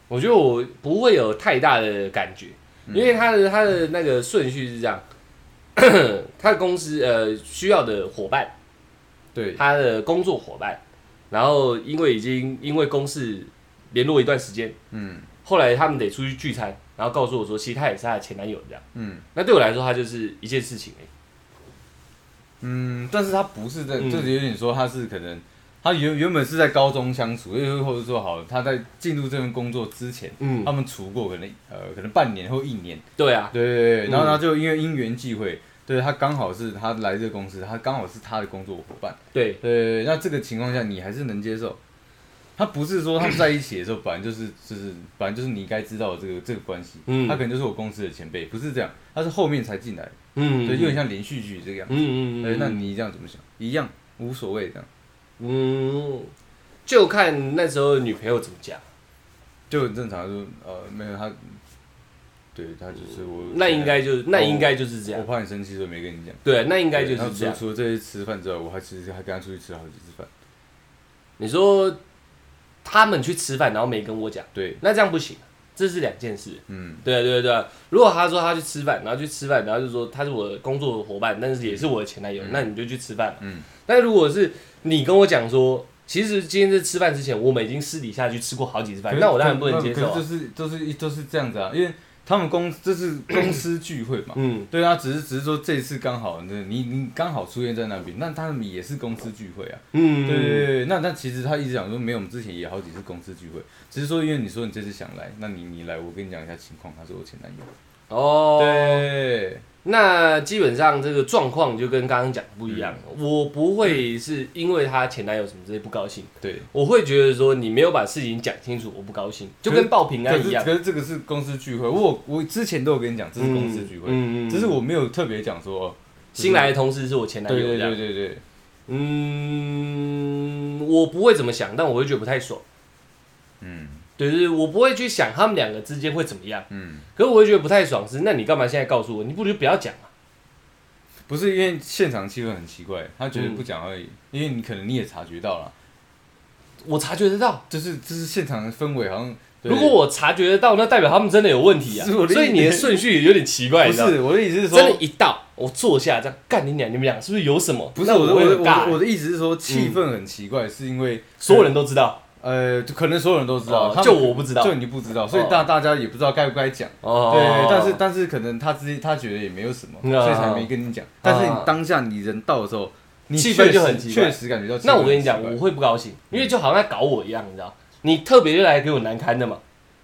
我觉得我不会有太大的感觉，嗯因为他的他的那个顺序是这样， [coughs] 他的公司呃需要的伙伴。对，他的工作伙伴，然后因为已经因为公事联络一段时间，嗯后来他们得出去聚餐，然后告诉我说，其实他也是他的前男友这样。嗯。那对我来说，他就是一件事情而已嗯，但是他不是在，嗯就是有点说他是可能，他原原本是在高中相处，又或者说好，他在进入这份工作之前，嗯他们处过可能呃可能半年或一年，对啊，对对对，嗯然后他就因为因缘际会，对他刚好是他来这个公司，他刚好是他的工作伙伴，对，对对对，那这个情况下你还是能接受。他不是说他们在一起的时候，本来就是 [coughs] 就是本来就是你该知道的这个这个关系，嗯他可能就是我公司的前辈，不是这样，他是后面才进来，嗯，对，有点像连续剧这个样子。嗯，嗯嗯嗯，哎、那你这样怎么想？一样无所谓，这样嗯，就看那时候女朋友怎么讲。就很正常。就呃，没有他，对他就是我。那应该哦就是那应该就是这我样，怕你生气，所以没跟你讲。对，那应该就对然是后这样除。除了这次吃饭之外，我还其实还跟他出去吃了好几次饭。你说他们去吃饭，然后没跟我讲，对，那这样不行，这是两件事。嗯，对啊对啊对啊，如果他说他去吃饭，然后去吃饭，然后就说他是我的工作伙伴，但是也是我的前男友，那你就去吃饭嘛。嗯但如果是你跟我讲说，其实今天在吃饭之前，我们已经私底下去吃过好几次可饭，是那我当然不能可接受、可啊。是就是就是就是这样子啊，因为他们公这是公司聚会嘛。嗯 [clears throat] 对啊，只是只是说这次刚好，那你你刚好出现在那边，那他们也是公司聚会啊。嗯，对对对，那那其实他一直讲说没有，我们之前也好几次公司聚会，只是说因为你说你这次想来，那你你来，我跟你讲一下情况，他是我前男友。哦，对，那基本上这个状况就跟刚刚讲的不一样。嗯我不会是因为她前男友什么之类不高兴，对，我会觉得说你没有把事情讲清楚，我不高兴，就可是跟报平安可一是样。可是这个是公司聚会，我我之前都有跟你讲，这是公司聚会，嗯嗯嗯只是我没有特别讲说，哦新来的同事是我前男友这对对样对。对对，嗯，我不会怎么想，但我会觉得不太爽。嗯对，就是我不会去想他们两个之间会怎么样，嗯，可是我会觉得不太爽是，那你干嘛现在告诉我？你不如就不要讲嘛。不是因为现场气氛很奇怪，他觉得不讲而已，因为你可能你也察觉到了，我察觉得到，就是就是现场的氛围好像，对如果我察觉得到，那代表他们真的有问题啊。是我的意思所以你的顺序有点奇怪，不你知道吗？是我的意思是说，真的，一到我坐下这样干你娘，你们俩是不是有什么？不是那我的会我的很我尬欸的我的意思是说气氛很奇怪，是因为嗯所有人都知道呃，就可能所有人都知道，哦他们就我不知道就你不知道，所以大大家也不知道该不该讲。哦对，但是但是可能他自己他觉得也没有什么，嗯所以才没跟你讲。但是你当下你人到的时候，你气确氛就实很奇怪确实感觉到气氛很奇怪。那我跟你讲，我会不高兴，因为就好像在搞我一样，你知道？你特别就来给我难堪的嘛，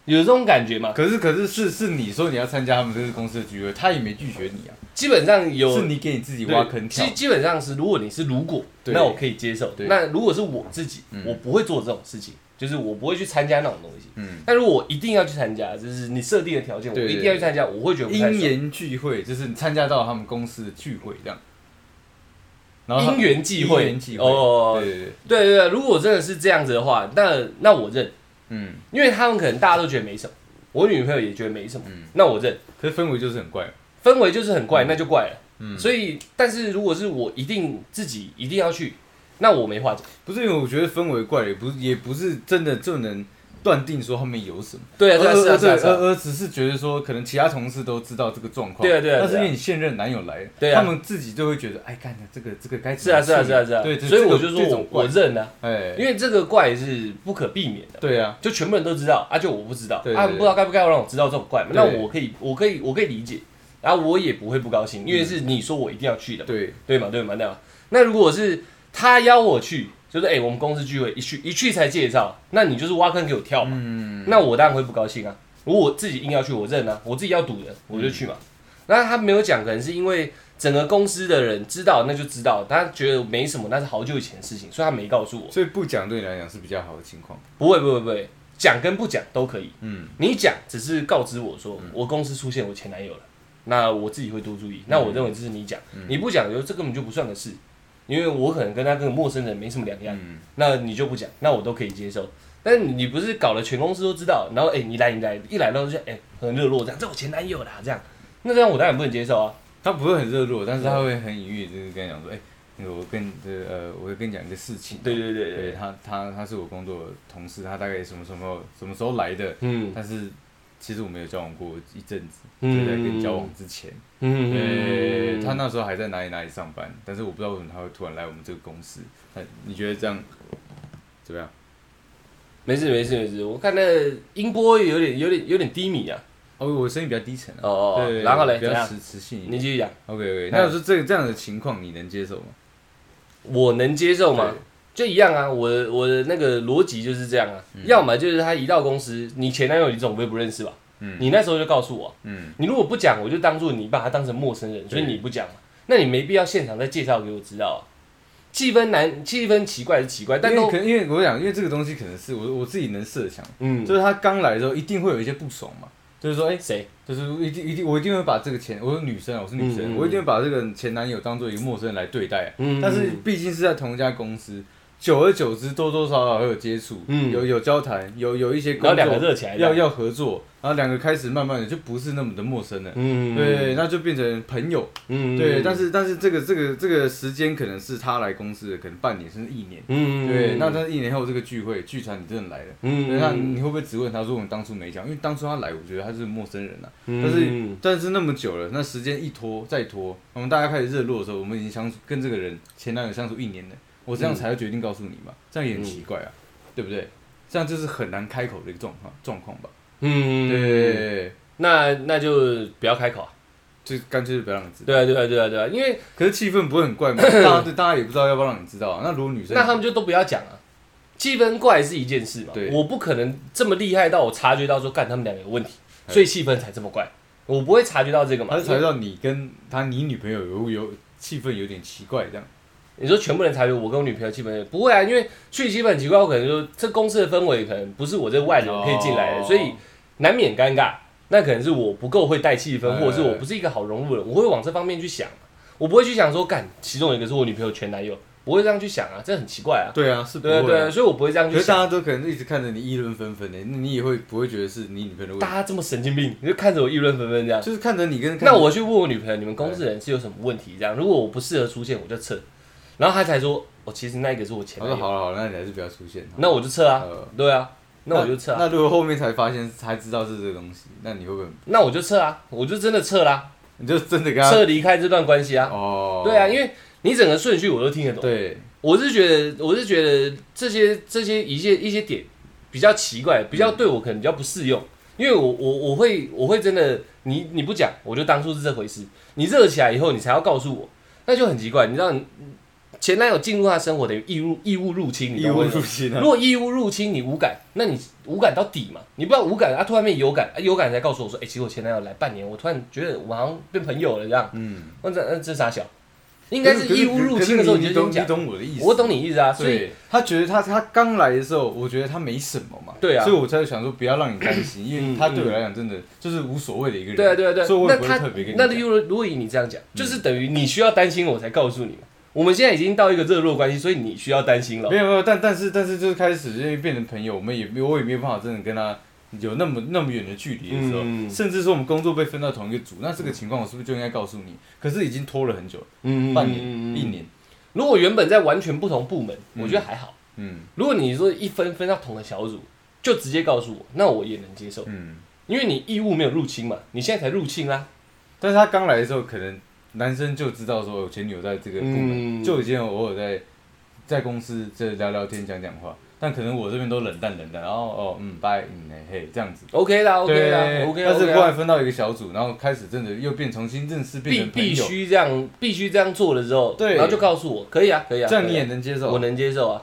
有这种感觉嘛？可是可是是是你说你要参加他们这个公司的聚会，他也没拒绝你啊，基本上有是你给你自己对挖坑跳基。基本上是，如果你是如果，对那我可以接受。对那如果是我自己，我不会做这种事情，就是我不会去参加那种东西。嗯，但如果我一定要去参加，就是你设定的条件，我对一定要去参加，我会觉得不太爽。因缘聚会就是你参加到他们公司的聚会这样，然后他因缘际会，因缘际会哦对，对对，对对对，如果真的是这样子的话，那那我认，嗯，因为他们可能大家都觉得没什么，我女朋友也觉得没什么，嗯那我认。可是氛围就是很怪。氛围就是很怪，那就怪了。嗯所以，但是如果是我一定自己一定要去，那我没话讲。不是因为我觉得氛围怪，也不是也不是真的就能断定说他们有什么。对啊，对啊，是啊，而是啊，而是啊而而只是觉得说，可能其他同事都知道这个状况，对啊对啊但是因对为啊你现任男友来，对啊他们自己就会觉得，哎，干的这个这个该是怎么啊，是啊，处理是啊，是啊。对，这所以这我个就说这我种怪我认啊，因哎，为这个怪是不可避免的，对啊，就全部人都知道啊，就我不知道对对啊，对不知道该不该让我知道这种怪嘛，那对我可以，我可以，我可以理解，然后我也不会不高兴，因为是你说我一定要去的嘛，对，对嘛，对嘛，对嘛。那如果是他邀我去，就是哎、我们公司聚会一去一去才介绍，那你就是挖坑给我跳嘛，嗯，那我当然会不高兴啊。如果我自己硬要去，我认啊，我自己要赌的，我就去嘛。那他没有讲，可能是因为整个公司的人知道，那就知道，他觉得没什么，那是好久以前的事情，所以他没告诉我。所以不讲对你来讲是比较好的情况，不会，不会，不会，讲跟不讲都可以。嗯，你讲只是告知我说，我公司出现我前男友了，那我自己会多注嗯意。那我认为这是你讲，你不讲就这根本就不算个事，因为我可能跟他跟个陌生人没什么两样，嗯那你就不讲，那我都可以接受。但是你不是搞了全公司都知道，然后哎、你来你来，一来到就哎、很热络这样，这我前男友啦这样，那这样我当然不能接受啊。他不会很热络，但是他会很隐喻，就是跟你讲说，哎，那个我跟这个呃，我跟你讲一个事情，嗯对对对对对，他他他是我工作的同事，他大概什么什么什么时候来的，嗯但是其实我们有交往过一阵子，就嗯在跟你交往之前，嗯对，嗯，他那时候还在哪里哪里上班，但是我不知道为什么他会突然来我们这个公司。那你觉得这样怎么样？没事没事没事，我看那个音波有点有点有点低迷啊。哦，我声音比较低沉啊。哦哦对，然后嘞比怎较样？磁磁性一你点。继续讲， OK OK，那我说这个这样的情况你能接受吗？我能接受吗对？就一样啊，我的我的那个逻辑就是这样啊，要么就是他一到公司，你前男友你总不会不认识吧？嗯你那时候就告诉我啊、嗯，你如果不讲，我就当做你把他当成陌生人，所以你不讲嘛，那你没必要现场再介绍给我知道啊。气氛难，气氛奇怪是奇怪，但因为都可能因为我想，因为这个东西可能是我我自己能设想，嗯就是他刚来的时候一定会有一些不爽嘛，就是说哎、谁就是一定一定，我一定会把这个前，我是女生啊，我是女生，嗯嗯我一定会把这个前男友当做一个陌生人来对待啊。嗯但是毕竟是在同一家公司，久而久之，多多少少会有接触，嗯有有交谈，有有一些然后工两个作热起来这样要要合作，然后两个开始慢慢的就不是那么的陌生了。嗯对，那就变成朋友。嗯对，但是是但是这个这个这个时间可能是他来公司的，可能半年甚至一年。嗯对，那但是一年后这个聚会聚餐你真的来了，对，嗯那你会不会只问他说我们当初没讲？因为当初他来，我觉得他是陌生人啊。嗯但是但是那么久了，那时间一拖再拖，我们大家开始热络的时候，我们已经相处跟这个人前男友相处一年了，我这样才会决定告诉你嘛，这样也很奇怪啊，对不对？这样就是很难开口的一个状况状况吧？嗯对，那那就不要开口啊，就干脆就不要让你知道。对啊对啊对啊对啊，因为可是气氛不会很怪吗？大家对大家也不知道要不要让你知道啊。那如果女生，那他们就都不要讲啊。气氛怪是一件事嘛对，我不可能这么厉害到我察觉到说干他们两个有问题，所以气氛才这么怪。我不会察觉到这个嘛哎他就？才知道你跟他你女朋友有有气氛有点奇怪这样。你说全部人察觉我跟我女朋友气氛不会啊，因为去气氛很奇怪，我可能就这公司的氛围可能不是我这外人可以进来的，哦所以难免尴尬。那可能是我不够会带气氛，哎或者是我不是一个好融入的人，我会往这方面去想嘛，我不会去想说干其中有一个是我女朋友前男友，不会这样去想啊，这很奇怪啊。对啊，是不对啊会对啊啊，。所以我不会这样可去是大想。家都可能一直看着你议论纷纷的，那你也会不会觉得是你女朋友的问题？大家这么神经病，你就看着我议论纷纷这样。就是看着你跟看那着我去问我女朋友，你们公司人是有什么问题？这样，如果我不适合出现，我就撤。然后她才说，哦，其实那个是我前他男说友，好了好了，那你还是不要出现。那我就撤啊呃，对啊，那我就撤啊，那如果后面才发现才知道是这个东西，那你会不会那我就撤啊，我就真的撤啦，你就真的跟他撤离开这段关系啊。哦？对啊，因为你整个顺序我都听得懂。对我是觉得，我是觉得这些这些一些一些点比较奇怪，比较对我可能比较不适用，因为我我我会我会真的，你你不讲，我就当初是这回事。你热起来以后，你才要告诉我，那就很奇怪。你知道，你前男友进入他生活等于义务义务入侵，你义懂我务意思入吗侵啊如，果义务入侵你无感，那你无感到底嘛？你不要无感啊，突然变有感，啊、有感才告诉我说，哎、其实我前男友来半年，我突然觉得我好像变朋友了这样。嗯，那这那这傻小，应该是义务入可侵的时候可就先是你懂你讲。懂我的意思，我懂你意思啊，对。所以他觉得他他刚来的时候，我觉得他没什么嘛，对啊所以我才想说不要让你 [coughs] 担心，因为嗯他对我来讲真的就是无所谓的一个人，对啊，对啊，对啊所以。我那也不会他特别跟你那讲如果如果以你这样讲，就是等于你需要担心我才告诉你嘛。我们现在已经到一个热络关系，所以你需要担心了没。有没有，但但是但是就是开始因为变成朋友，我们也没有我也没有办法真的跟他有那么那么远的距离的时候，嗯甚至说我们工作被分到同一个组，那这个情况我是不是就应该告诉你？可是已经拖了很久，嗯半年、嗯嗯嗯一年，如果原本在完全不同部门，我觉得还好。嗯，如果你说一分分到同个小组，就直接告诉我，那我也能接受，嗯，因为你义务没有入侵嘛，你现在才入侵啊啦、但是他刚来的时候，可能男生就知道说，我哦前女友在这个部门，嗯就已经有偶尔在在公司这聊聊天、讲讲话，但可能我这边都冷淡冷淡，然后哦嗯拜嗯哎嘿这样子。 OK 啦，OK 对啦，OK 啊啦但是 OK 后来啦。分到一个小组，然后开始真的又变重新认识，变必成朋必友，须这样，必须这样做了之后，对然后就告诉我，可以啊，可以啊，这样可你以也啊能接受。我能接受啊，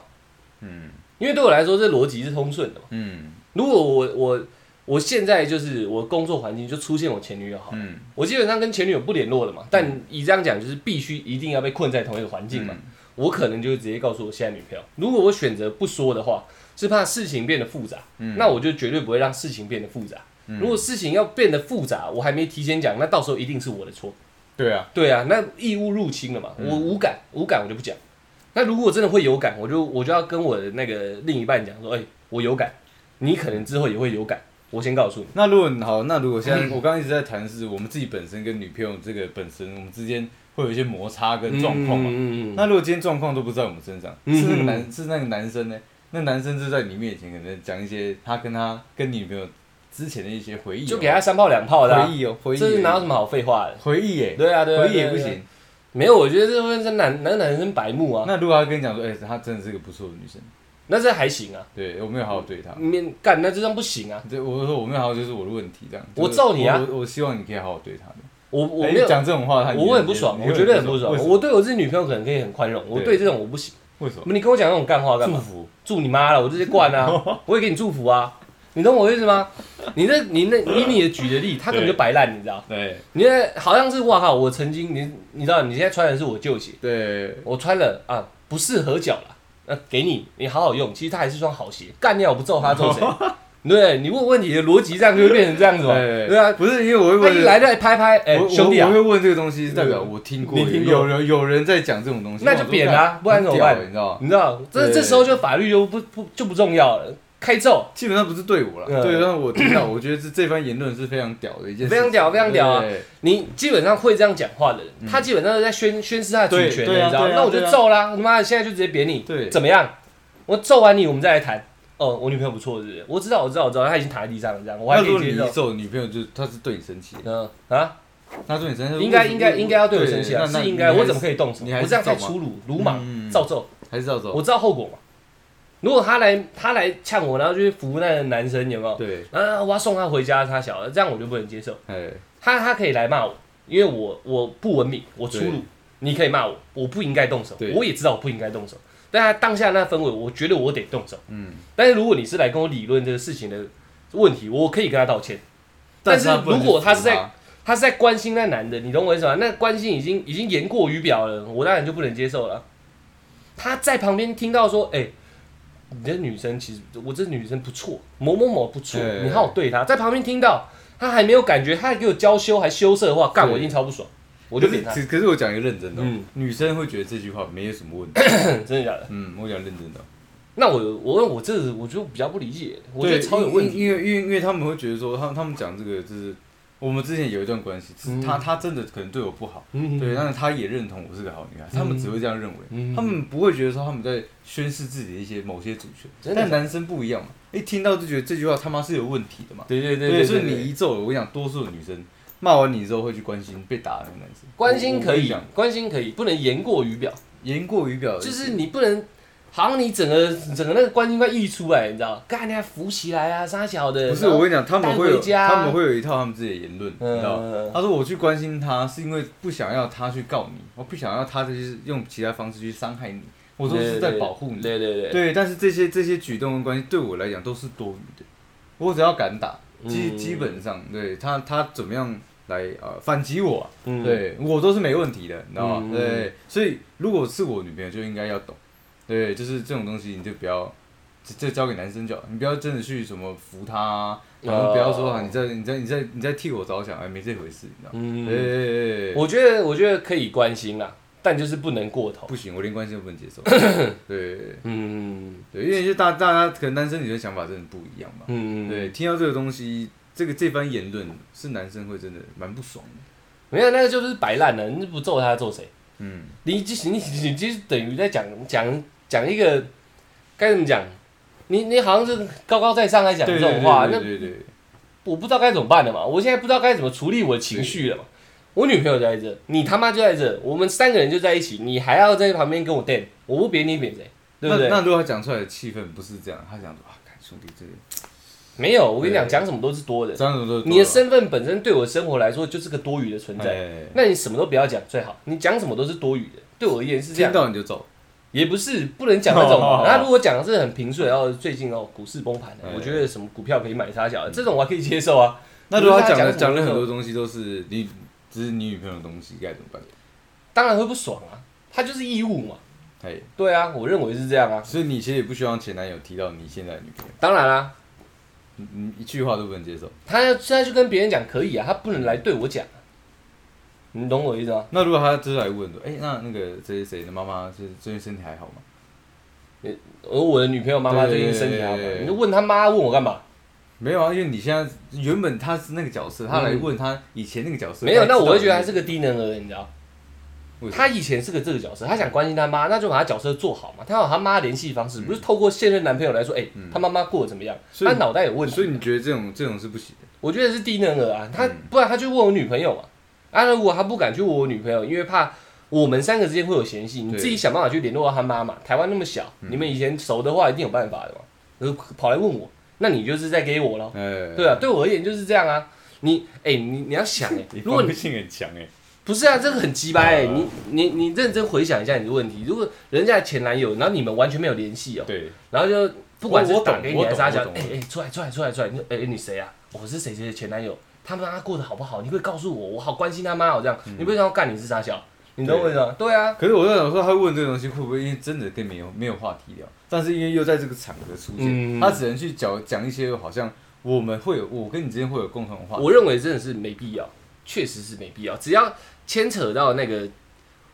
嗯因为对我来说这逻辑是通顺的嘛。嗯如果我我我现在就是我工作环境就出现我前女友好了，嗯，我基本上跟前女友不联络了嘛，但以这样讲就是必须一定要被困在同一个环境嘛，嗯我可能就直接告诉我现在女朋友，如果我选择不说的话，是怕事情变得复杂，嗯那我就绝对不会让事情变得复杂。如果事情要变得复杂，我还没提前讲，那到时候一定是我的错。对啊，对啊，那义务入侵了嘛，我无感，无感我就不讲。那如果我真的会有感，我就我就要跟我的那个另一半讲说，哎、我有感，你可能之后也会有感，我先告诉你。那如果好，那如 [clears throat] 果现在我刚刚一直在谈是我们自己本身跟女朋友这个本身，我们之间会有一些摩擦跟状况嘛。嗯嗯嗯那如果今天状况都不在我们身上，嗯是那个男是那个男生呢？那男生就在你面前可能讲一些他跟他跟女朋友之前的一些回忆哦、就给他三炮两炮的、啊回，忆哦，回忆这是哪有什哦，么好废话的？回忆耶，对啊，对啊，回忆对啊也不。对啊行。没有，我觉得这会是男男男生白目啊，那如果他跟你讲说，哎，她真的是个不错的女生，那这还行啊，对我没有好好对她，面干那这样不行啊，对我说我没有好好就是我的问题这样。我揍你啊我我我希望你可以好好对她的。我我哎没有，讲这种话，他我会很不爽，我觉得很不爽。我我对我自己女朋友可能可以很宽容，我对对这种我不行。为什么？你跟我讲那种干话干祝嘛？福，祝你妈了，我直接灌 [laughs] 啊！我也给你祝福啊！你懂我意思吗？你那、你那、以你的举的例，他可能就摆烂，你知道？对你那好像是哇靠！我曾经你你知道，你现在穿的是我旧鞋，对，我穿了啊，不适合脚了，那、给你，你好好用。其实它还是双好鞋，干掉我不揍他 [laughs] 揍谁？对你问问题的逻辑这样就会变成这样子嘛？对对啊，不是因为我会他一问，来再拍拍，哎、哎我兄弟啊我，会问这个东西，代表嗯我听过，你听过有人有人在讲这种东西，那就扁啊不然怎么办很屌你知道吗？你知道，这对这时候就法律就不不就不重要了，开揍，基本上不是对我了，嗯对，但我听到，我觉得这这番言论是非常屌的一件事情，非常屌非常屌啊对！你基本上会这样讲话的人，他基本上是在宣宣示他的主对权的，嗯对啊你知道吗？对啊那我就揍啦！他妈的，现在就直接扁你，对怎么样？我揍完你，我们再来谈。哦，我女朋友不错，是不是？我知道，我知道，我知道，她已经躺在地上了，这样我还那可如果以你接一受。揍女朋友，就她是对你生气，嗯啊，她对你生气，应该应该应该要对我生气啊，对那是应该，你还我怎么可以动手？你还是我这样才揍嘛粗鲁鲁莽嗯，照揍，还是要走？我知道后果嘛。如果他来他来呛我，然后就去扶那个男生，有没有？对，啊，我要送他回家，他小的，这样我就不能接受。哎，他他可以来骂我，因为我我不文明，我粗对鲁，你可以骂我，我不应该动手对，我也知道我不应该动手，但他当下那氛围，我觉得我得动手。嗯，但是如果你是来跟我理论这个事情的问题，我可以跟他道歉。但是她不能如果去她扶是在他是在关心那男的，你懂我意思吗？那关心已经已经言过于表了，我当然就不能接受了。他在旁边听到说：“哎、你这女生其实我这女生不错，某某某不错，对你好好对她。”在旁边听到他还没有感觉，他还给我娇羞还羞涩的话，干对我一定超不爽，我我就扁他可。是可是我讲一个认真的哦、嗯女生会觉得这句话没有什 [coughs] 么问题。真的假的？嗯，我讲认真的哦、那我我问我这个我就比较不理解，我觉对得超有问题。因因因为因为因为他们会觉得说，他们他们讲这个就是我们之前有一段关系，是嗯他他真的可能对我不好，嗯，对，但是他也认同我是个好女孩，他们只会这样认为，嗯他们不会觉得说他们在宣示自己的一些某些主权。真的但男生不一样嘛，一听到就觉得这句话他妈是有问题的嘛。对对对对，对，所以对你一揍，我跟你讲，多数的女生骂完你之后会去关心被打的那个男生，关心可我我跟你以讲，关心可以，不能言过于表。言过于表，就是你不能，好像你整个整个那个关心快溢出来，你知道？干，你还扶起来啊，啥小的。不是，我跟你讲，他们会有带回家他们会有一套他们自己的言论，你知道嗯？他说我去关心他，是因为不想要他去告你，我不想要他就是用其他方式去伤害你，我都是在保护你。对对对，对，但是这些这些举动跟关系对我来讲都是多余的，我只要敢打，基嗯基本上对他他怎么样来呃反击我啊、嗯对我都是没问题的，你知道吗？嗯对，所以如果是我女朋友就应该要懂，对，就是这种东西你就不要。这这交给男生就好，你不要真的去什么扶他、啊，然后不要说啊，哦你在你在你在你在替我着想，哎，没这回事，你知道吗？对嗯，对对对我觉得我觉得可以关心啦，但就是不能过头。不行，我连关系都不能接受。对对嗯对，因为就大大家可能男生女生想法真的不一样嘛。嗯，对，，听到这个东西，这个这番言论是男生会真的蛮不爽的。没有那个就是摆烂了，你不揍他揍谁？嗯，你你你你就是等于在讲讲讲一个该怎么讲？你你好像是高高在上来讲这种话，那对对对对我不知道该怎么办了嘛，我现在不知道该怎么处理我的情绪了嘛。我女朋友就在这，你他妈就在这，我们三个人就在一起，你还要在旁边跟我 d 我不扁你扁谁，对不对？那那如果他讲出来的气氛不是这样，他讲说啊，看兄弟这个没有，我跟你讲，对讲什么都是多的。张总都你的身份本身对我的生活来说就是个多余的存在，在，那你什么都不要讲最好，你讲什么都是多余的。对我而言是这听样，到你就走，也不是不能讲那种哦嘛哦哦。那如果讲的是很平顺，然后最近哦股市崩盘了哎，我觉得什么股票可以买差小的，这种我还可以接受啊。那如果他他讲讲的什么讲了都很走多东西都是你只是你女朋友的东西，该怎么办？当然会不爽啊，他就是义务嘛。哎，对啊，我认为是这样啊。所以你其实也不希望前男友提到你现在的女朋友，当然啦、你你一句话都不能接受。他要现在就跟别人讲可以啊，他不能来对我讲啊、你懂我意思吗？那如果他就是来问说，哎、那那个谁谁谁的妈妈是最近身体还好吗？而我的女朋友妈妈最近身体好吗对对对对你就问他妈问我干嘛？没有啊，因为你现在原本他是那个角色，他来问他以前那个角色，没有，他知道那我会觉得你他是个低能儿，你知道？为什么他以前是个这个角色，他想关心他妈，那就把他角色做好嘛。他有他妈的联系方式，不是透过现任男朋友来说，哎、他妈妈过得怎么样？嗯所以他脑袋有问所以题。你觉得这种这种是不行的？我觉得是低能儿啊，他不然他就问我女朋友嘛。啊，如果他不敢去问我女朋友，因为怕我们三个之间会有嫌隙，你对自己想办法去联络到他妈嘛。台湾那么小，你们以前熟的话一定有办法的嘛。呃跑来问我，那你就是在给我咯。哎，对啊，对我而言就是这样啊。你哎、你你要 [laughs] 想哎、你如果防你备性很强哎、不是啊，这个很鸡掰、欸。啊你你你认真回想一下你的问题，如果人家的前男友，然后你们完全没有联系哦，对，然后就不管是我我懂打给你还是他讲我，懂哎我懂哎、出来出来出来出来，你说哎、哎你谁啊？我是谁谁的前男友，他妈过得好不好？你会告诉我，我好关心他妈哦这样，嗯你不会想要干你是傻小，你懂我意思吗？对啊，可是我在想说，他问这个东西会不会因为真的跟没有没有话题聊？但是因为又在这个场合出现，嗯他只能去讲讲一些好像我们会有我跟你之间会有共同的话题。我认为真的是没必要，确实是没必要，只要牵扯到那个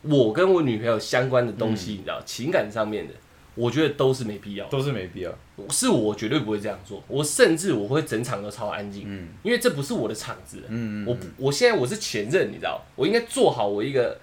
我跟我女朋友相关的东嗯西，你知道情感上面的，我觉得都是没必要的。都是没必要，是我绝对不会这样做，我甚至我会整场都超安静，嗯因为这不是我的场子。嗯，我不我现在我是前任，你知道，我应该做好我一个，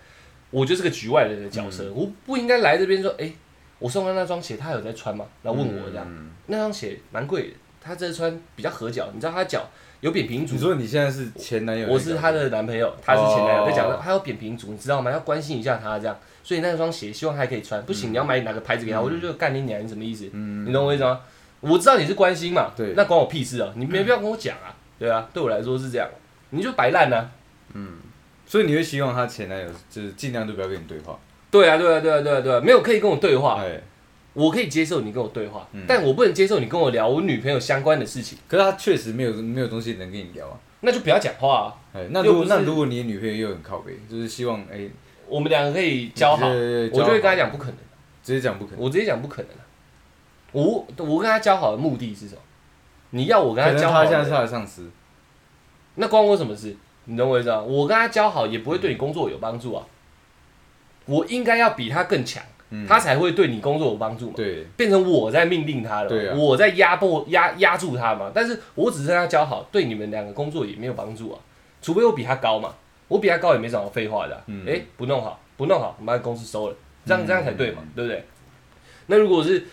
我就是个局外人的角色，嗯我不应该来这边说，哎、我送他那双鞋，他有在穿吗？然后问我这样，嗯那双鞋蛮贵的，他这穿比较合脚，你知道他脚有扁平足你，说你现在是前男友那个，我是她的男朋友，她是前男友，哦在讲到她有扁平足，你知道吗？要关心一下她这样，所以那双鞋希望她还可以穿，不行你要买哪个牌子给她，我就觉得干你娘，你什么意思？你懂我意思吗？我知道你是关心嘛，对那关我屁事啊，你没必要跟我讲啊，对啊，对我来说是这样，你就摆烂啊，所以你会希望她前男友就是尽量都不要跟你对话。对啊，对啊，对啊，对啊，对啊，没有可以跟我对话，哎，我可以接受你跟我对话，但我不能接受你跟我聊我女朋友相关的事情，可是她确实没有没有东西能跟你聊啊。那就不要讲话啊，哎，那如又果不是那如果你的女朋友又很靠北，就是希望哎我们两个可以交好，对对对我就会交跟好她讲不可能。直接讲不可能，我直接讲不可能啊！我我跟他交好的目的是什么？你要我跟可他能交好她现在是的，她的上司，那关我什么事？你懂我意思吗？我跟他交好也不会对你工作有帮助啊。我应该要比他更强，嗯他才会对你工作有帮助嘛。对变成我在命令他了，对啊我在压迫压压住他嘛。但是我只是跟他交好，对你们两个工作也没有帮助啊。除非我比他高嘛，我比他高也没什么废话的、啊。哎、嗯不弄好，不弄好，把公司收了，这样、嗯这样才对嘛，对不对？那如果是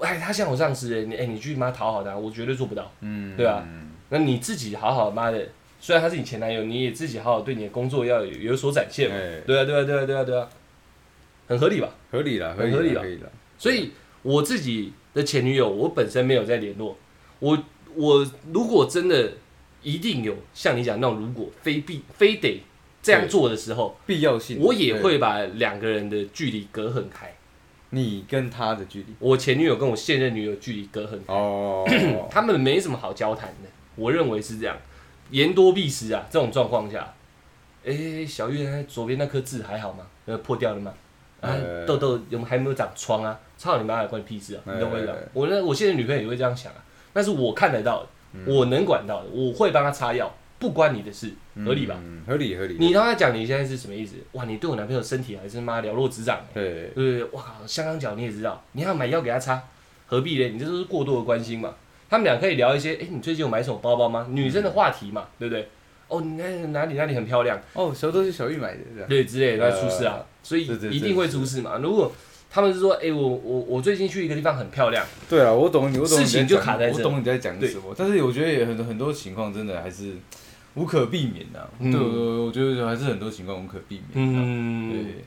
哎，他像我上司欸，你哎、你去妈讨好他，我绝对做不到。嗯，对啊那你自己好好妈的，虽然他是你前男友，你也自己好好对你的工作要有有所展现嘛。哎，对啊，对啊，对啊，对啊，对啊，很合理吧？合理了，很合理啦合合理了，所以我自己的前女友，我本身没有在联络。我我如果真的一定有像你讲那种，如果非必非得这样做的时候，必要性，我也对会把两个人的距离隔很开。你跟他的 [clears throat] 距离我前女友跟我现任女友距离隔很开，哦，他们没什么好交谈的，我认为是这样，言多必失啊。这种状况下，哎、小月那左边那颗痣还好吗？呃，破掉了吗？啊呃，痘痘有还没有长疮啊？操你妈的，关你屁事啊！你懂我意思吗呃？我那我现在女朋友也会这样想啊，那是我看得到的，嗯我能管到的，我会帮她擦药，不关你的事，合理吧？嗯？合理合理，你刚才讲你现在是什么意思？哇，你对我男朋友身体还是妈了若指掌欸、对对对对，哇靠，香港脚你也知道，你还要买药给他擦，何必嘞？你这都是过度的关心嘛。他们俩可以聊一些，哎，你最近有买什么包包吗？女生的话题嘛，对不对？哦，你看哪里哪里很漂亮，哦，小豆是小玉买的，这样呃对之类的，那出事啊，所以对对对一定会出事嘛。如果他们是说，哎、我我我最近去一个地方很漂亮，对啊，我懂你，我懂你事情在讲就卡在这我懂你在讲什么。但是我觉得也很很多情况真的还是无可避免的、啊。嗯对，我我觉得还是很多情况无可避免、啊。嗯，对，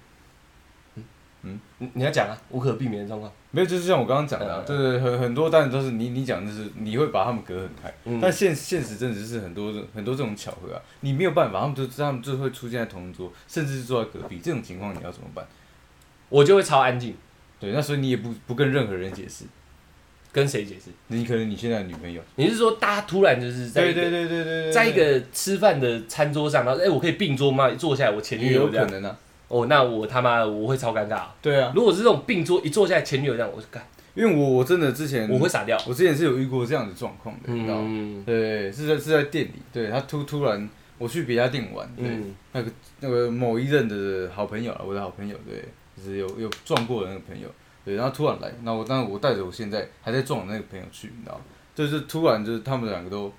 你你要讲啊，无可避免的状况，没有，就是像我刚刚讲的、啊，嗯对，很很多当然都是你你讲的是你会把他们隔很开，嗯但现现实真的就是很多很多这种巧合啊，你没有办法，他们就他们就会出现在同一桌，甚至是坐在隔壁，这种情况你要怎么办？我就会超安静，对，那所以你也不不跟任何人解释，跟谁解释？你可能你现在的女朋友，你是说大家突然就是在一对个对对对对对，在一个吃饭的餐桌上，然后哎、我可以并桌吗？坐下来，我前也女有友这可样，能啊，哦，那我他妈的我会超尴尬、对啊，如果是这种并桌一坐下来前女友这样，我就干，因为我我真的之前我会傻掉。我之前是有遇过这样的状况嗯的，你知道吗？嗯对，是在是在店里，对他突突然我去别家店玩，对，嗯那个那个某一任的好朋友啊，我的好朋友，对，就是有有撞过的那个朋友，对，然后突然来，那我当然我带着我现在还在撞的那个朋友去，你知道吗？就是突然就是他们两个都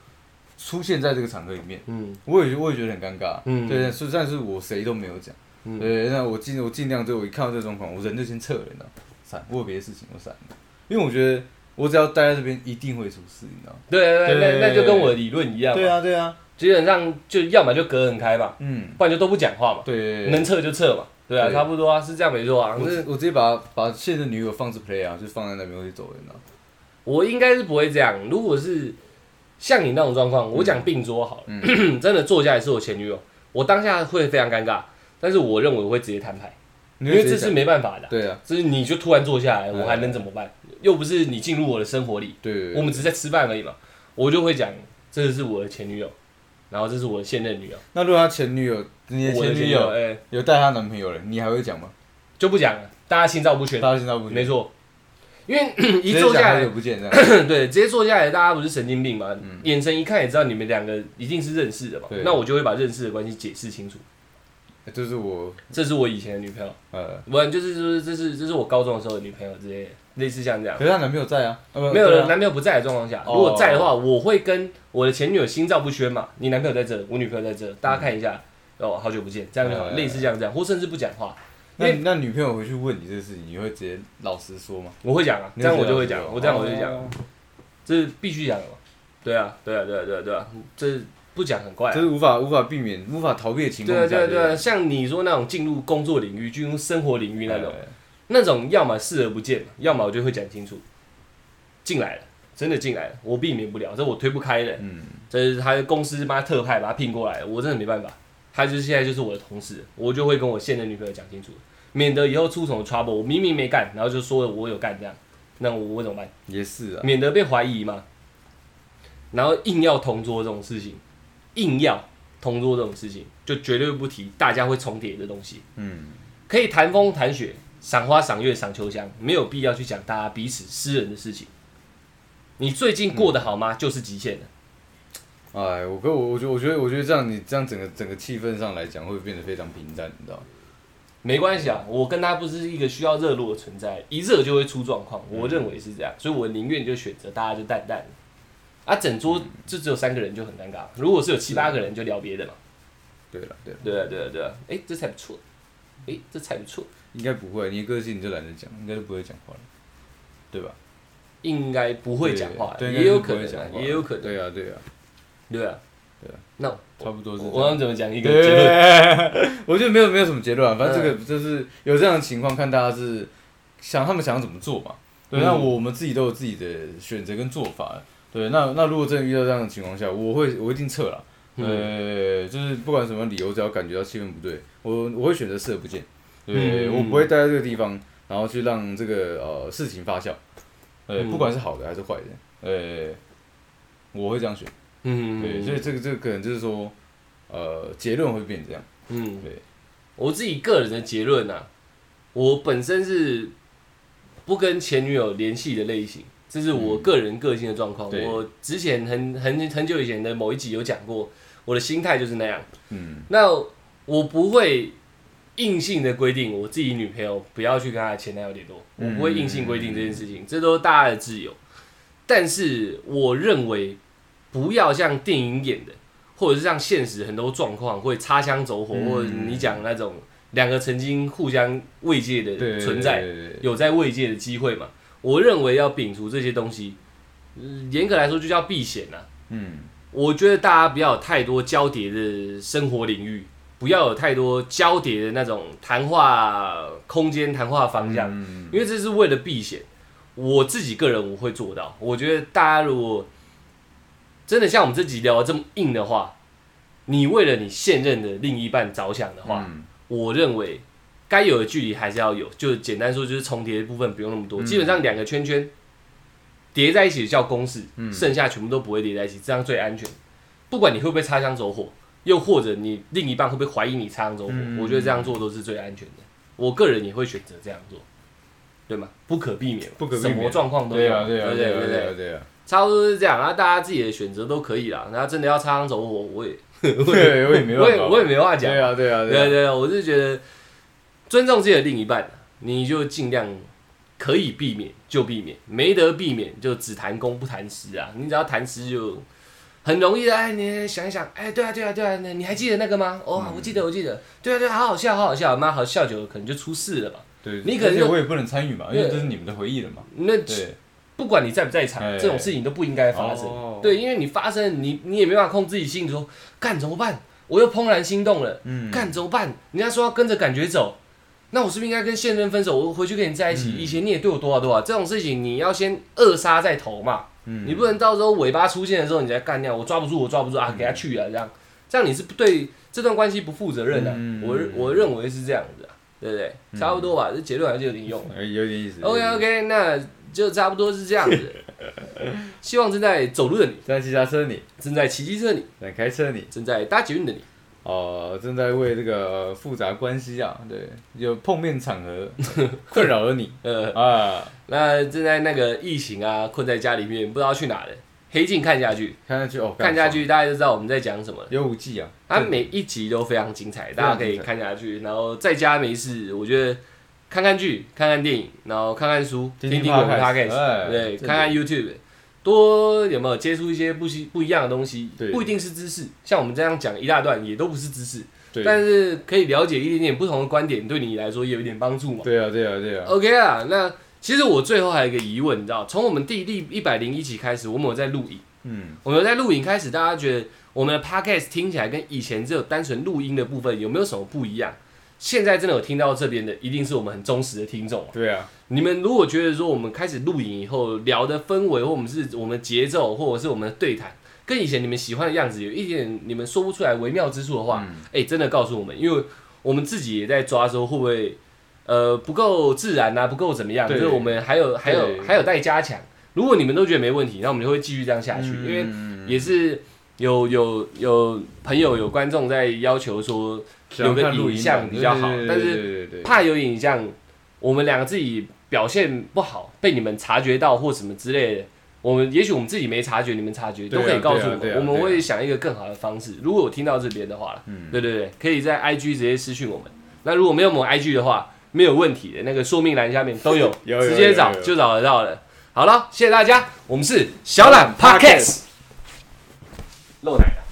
出现在这个场合里面，嗯我也我也觉得很尴尬，嗯对，所以但是我谁都没有讲，嗯对，那我尽我尽量就我一看到这种状况，我人就先撤了，你知道吗，闪，我有别的事情我闪了，因为我觉得我只要待在这边一定会出事，你知道吗？对对对，对那那就跟我的理论一样嘛。对，啊，对啊，基本上就要么就隔很开嘛，嗯，不然就都不讲话嘛，对，能撤就撤嘛。对啊，对差不多啊，是这样没错啊。我可直是我直接把把现任女友放置 play 啊，就放在那边我就走人了。我应该是不会这样。如果是像你那种状况，我嗯讲并桌好了， [clears throat] 真的坐下来是我前女友，我当下会非常尴尬，但是我认为我会直接摊牌，因因为这是没办法的啊。对啊，就是你就突然坐下来，嗯我还能怎么办？又不是你进入我的生活里，对对我对，们只是在吃饭而已嘛。我就会讲，这是我的前女友，然后这是我的现任女友，那如果他前女友，你的我的前前女女友，友哎、有带她男朋友了，你还会讲吗？就不讲了，大家心照不宣，大家现在不没错，错。因 [laughs] 为直一接坐讲下好来久，不见 [laughs] 这样。对，直接坐下来，大家不是神经病吗？眼神一看也知道你们两个一定是认识的嘛对。那我就会把认识的关系解释清楚。哎就是我这是我以前的女朋友，呃，不然就是就是这是这是我高中的时候的女朋友之类的，类似像这样可。是她男朋友在啊，呃没有对了，啊男朋友不在的状况下，哦如果在的话，我会跟我的前女友心照不宣嘛。你男朋友在这，我女朋友在这，大家看一下，嗯哦，好久不见，这样就好，哎类似这样这样，或甚至不讲话，那因那女朋友回去问你这个事情，你会直接老实说吗？我会讲啊，你这样我就会直接老讲实说，我这样我就讲，哦这是必须讲的嘛。对啊，对啊，对啊，对啊，对啊，这不讲很怪啊这。是无法无法避免、无法逃避的情对况啊，下。对啊，对不啊，像你说那种进入工作领域、进入生活领域那种，呃那种要么视而不见，要么我就会讲清楚，进来了，真的进来了，我避免不了，这我推不开的。嗯，这是他的公司妈特派把他聘过来，我真的没办法。他就是现在就是我的同事，我就会跟我现任女朋友讲清楚，免得以后出什么 trouble。我明明没干，然后就说我有干这样，那我我怎么办？也是啊，免得被怀疑嘛。然后硬要同桌这种事情，硬要同桌这种事情，就绝对不提大家会重叠的东西。嗯，可以谈风谈雪，赏花赏月赏秋香，没有必要去讲大家彼此私人的事情。你最近过得好吗？就是极限了。哎，我跟我我觉得我觉得我觉得这样你这样整个整个气氛上来讲会变得非常平淡，你知道吗？没关系啊，我跟他不是一个需要热络的存在，一热就会出状况，我认为是这样，所以我宁愿就选择大家就淡淡的啊，整桌就只有三个人就很尴尬，如果是有七八个人就聊别的嘛，对了对了，对啊对啊对啊，哎、这菜不错，哎、这菜不错，应该不会，你的个性你就懒得讲，应该就不会讲话了，对吧？应该不会讲话，对，也有可应能该是不会啊讲，话也有可能，对啊对啊，对啊，对啊，那差不多是我这我要样。怎么讲一个结论？嗯对， [laughs] 我觉得没有没有什么结论啊，反正这个就是有这样的情况，看大家是想他们想要怎么做嘛。对，嗯那我们自己都有自己的选择跟做法。对，那那如果真的遇到这样的情况下，我会我一定撤了。嗯呃，就是不管什么理由，只要感觉到气氛不对，我我会选择视而不见。对，嗯我不会待在这个地方，然后去让这个呃事情发酵。呃，嗯不管是好的还是坏的，呃，我会这样选。嗯，对，所以这个这个可能就是说，呃，结论会变这样。嗯，对，我自己个人的结论啊，我本身是不跟前女友联系的类型，这是我个人个性的状况。对我之前很很很久以前的某一集有讲过，我的心态就是那样。嗯，那我不会硬性的规定我自己女朋友不要去跟她的前男友联络，嗯我不会硬性规定这件事情，这都是大家的自由。但是我认为，不要像电影演的，或者是像现实很多状况会擦枪走火，嗯或者你讲那种两个曾经互相慰藉对对的嗯对存在，对对对有在慰藉的机会嘛。我认为要摒除这些东西，嗯严格来说就叫避啊险呐、嗯，我觉得大家不要有太多交叠的生活领域，不要有太多交叠的那种谈话空间、谈话方向，嗯因为这是为了避险。我自己个人我会做到，我觉得大家如果真的像我们这集聊得这么硬的话，你为了你现任的另一半着想的话，嗯我认为该有的距离还是要有，就简单说就是重叠的部分不用那么多，嗯基本上两个圈圈叠在一起叫公式，嗯剩下全部都不会叠在一起，这样最安全。不管你会不会擦枪走火，又或者你另一半会不会怀疑你擦枪走火，嗯我觉得这样做都是最安全的。我个人也会选择这样做，对吗？不可避免嘛，不可避什么免状况都对有，啊对啊不对对啊对对啊对，对啊，差不多是这样啊，大家自己的选择都可以啦。然后真的要擦枪走火，我也 [laughs] 我也对我也没我办也法，我也没话讲对，啊对啊对啊啊，对啊，我是觉得尊重自己的另一半，你就尽量可以避免就避免，没得避免就只谈公不谈私啊。你只要谈私就很容易的，哎，你想一想，哎，对啊对啊对啊，那你还记得那个吗？嗯哦，我记得我记得，对啊对啊，好好笑好好笑，妈好笑久了可能就出事了嘛。对，你可能而且就我也不能参与嘛，因为对这是你们的回忆了嘛，那对，不管你在不在场，哎这种事情都不应该发生。哦对，因为你发生，你你也没办法控制自己心里说，干怎么办？我又怦然心动了，嗯干怎么办？人家说要跟着感觉走，那我是不是应该跟现任分手？我回去跟你在一起，嗯以前你也对我多好多好，这种事情你要先扼杀在头嘛，嗯你不能到时候尾巴出现的时候你再干掉，我抓不住，我抓不住啊，嗯给他去啊，这样，这样你是不对这段关系不负责任的、嗯我我认为是这样子、啊，对不对？差不多吧，这结论还是有点用。哎有点意思 OK OK，那就差不多是这样子。 [laughs] 希望正在走路的你，在骑脚车的你，正在骑机车的你，在开车的你，正在搭捷运的你，哦，正在为这个、呃复杂关系啊，对，有碰面场 [laughs] 合困扰了你呃，啊，那正在那个疫情啊，困在家里面不知道去哪的，黑镜看下去，看下去哦，看下去大家就知道我们在讲什么了。有五 G 啊，它对每一集都非常精彩，常大家可以精彩看下去。然后在家没事，我觉得看看剧、看看电影，然后看看书、听听听听我们 podcast， podcast，哎对，真的看看 YouTube，多有没有接触一些不西不一样的东西对？不一定是知识，像我们这样讲一大段也都不是知识，对，但是可以了解一点点不同的观点，对你来说也有一点帮助嘛。对啊，对啊，对啊， OK 啊，那其实我最后还有一个疑问，你知道，从我们第第一百零一集开始，我们有在录影，嗯，我们有在录影开始，大家觉得我们的 podcast 听起来跟以前只有单纯录音的部分有没有什么不一样？现在真的有听到这边的，一定是我们很忠实的听众啊。对啊，你们如果觉得说我们开始录影以后聊的氛围，或我们是我们节奏，或者是我们的对谈，跟以前你们喜欢的样子有一点你们说不出来微妙之处的话，嗯哎、真的告诉我们，因为我们自己也在抓说会不会呃不够自然啊，不够怎么样，就对是我们还有还有对还有待加强。如果你们都觉得没问题，那我们就会继续这样下去，嗯因为为也是有有有朋友有观众在要求说有个影像比较好但是是对对对怕有影像，我们两个自己表现不好，被你们察觉到或什么之类的，我们也许我们自己没察觉，你们察觉对都啊可以告诉我对啊对啊们，我们对啊会想一个更好的方式。如果我听到这边的话啦，嗯，对对对，可以在 IG 直接私讯我们。那如果没有我们 IG 的话，没有问题的，那个说明栏下面都有 [laughs] 有有直接找有有有就找得到了。好了，谢谢大家，我们是小懒 Podcast，露奶了。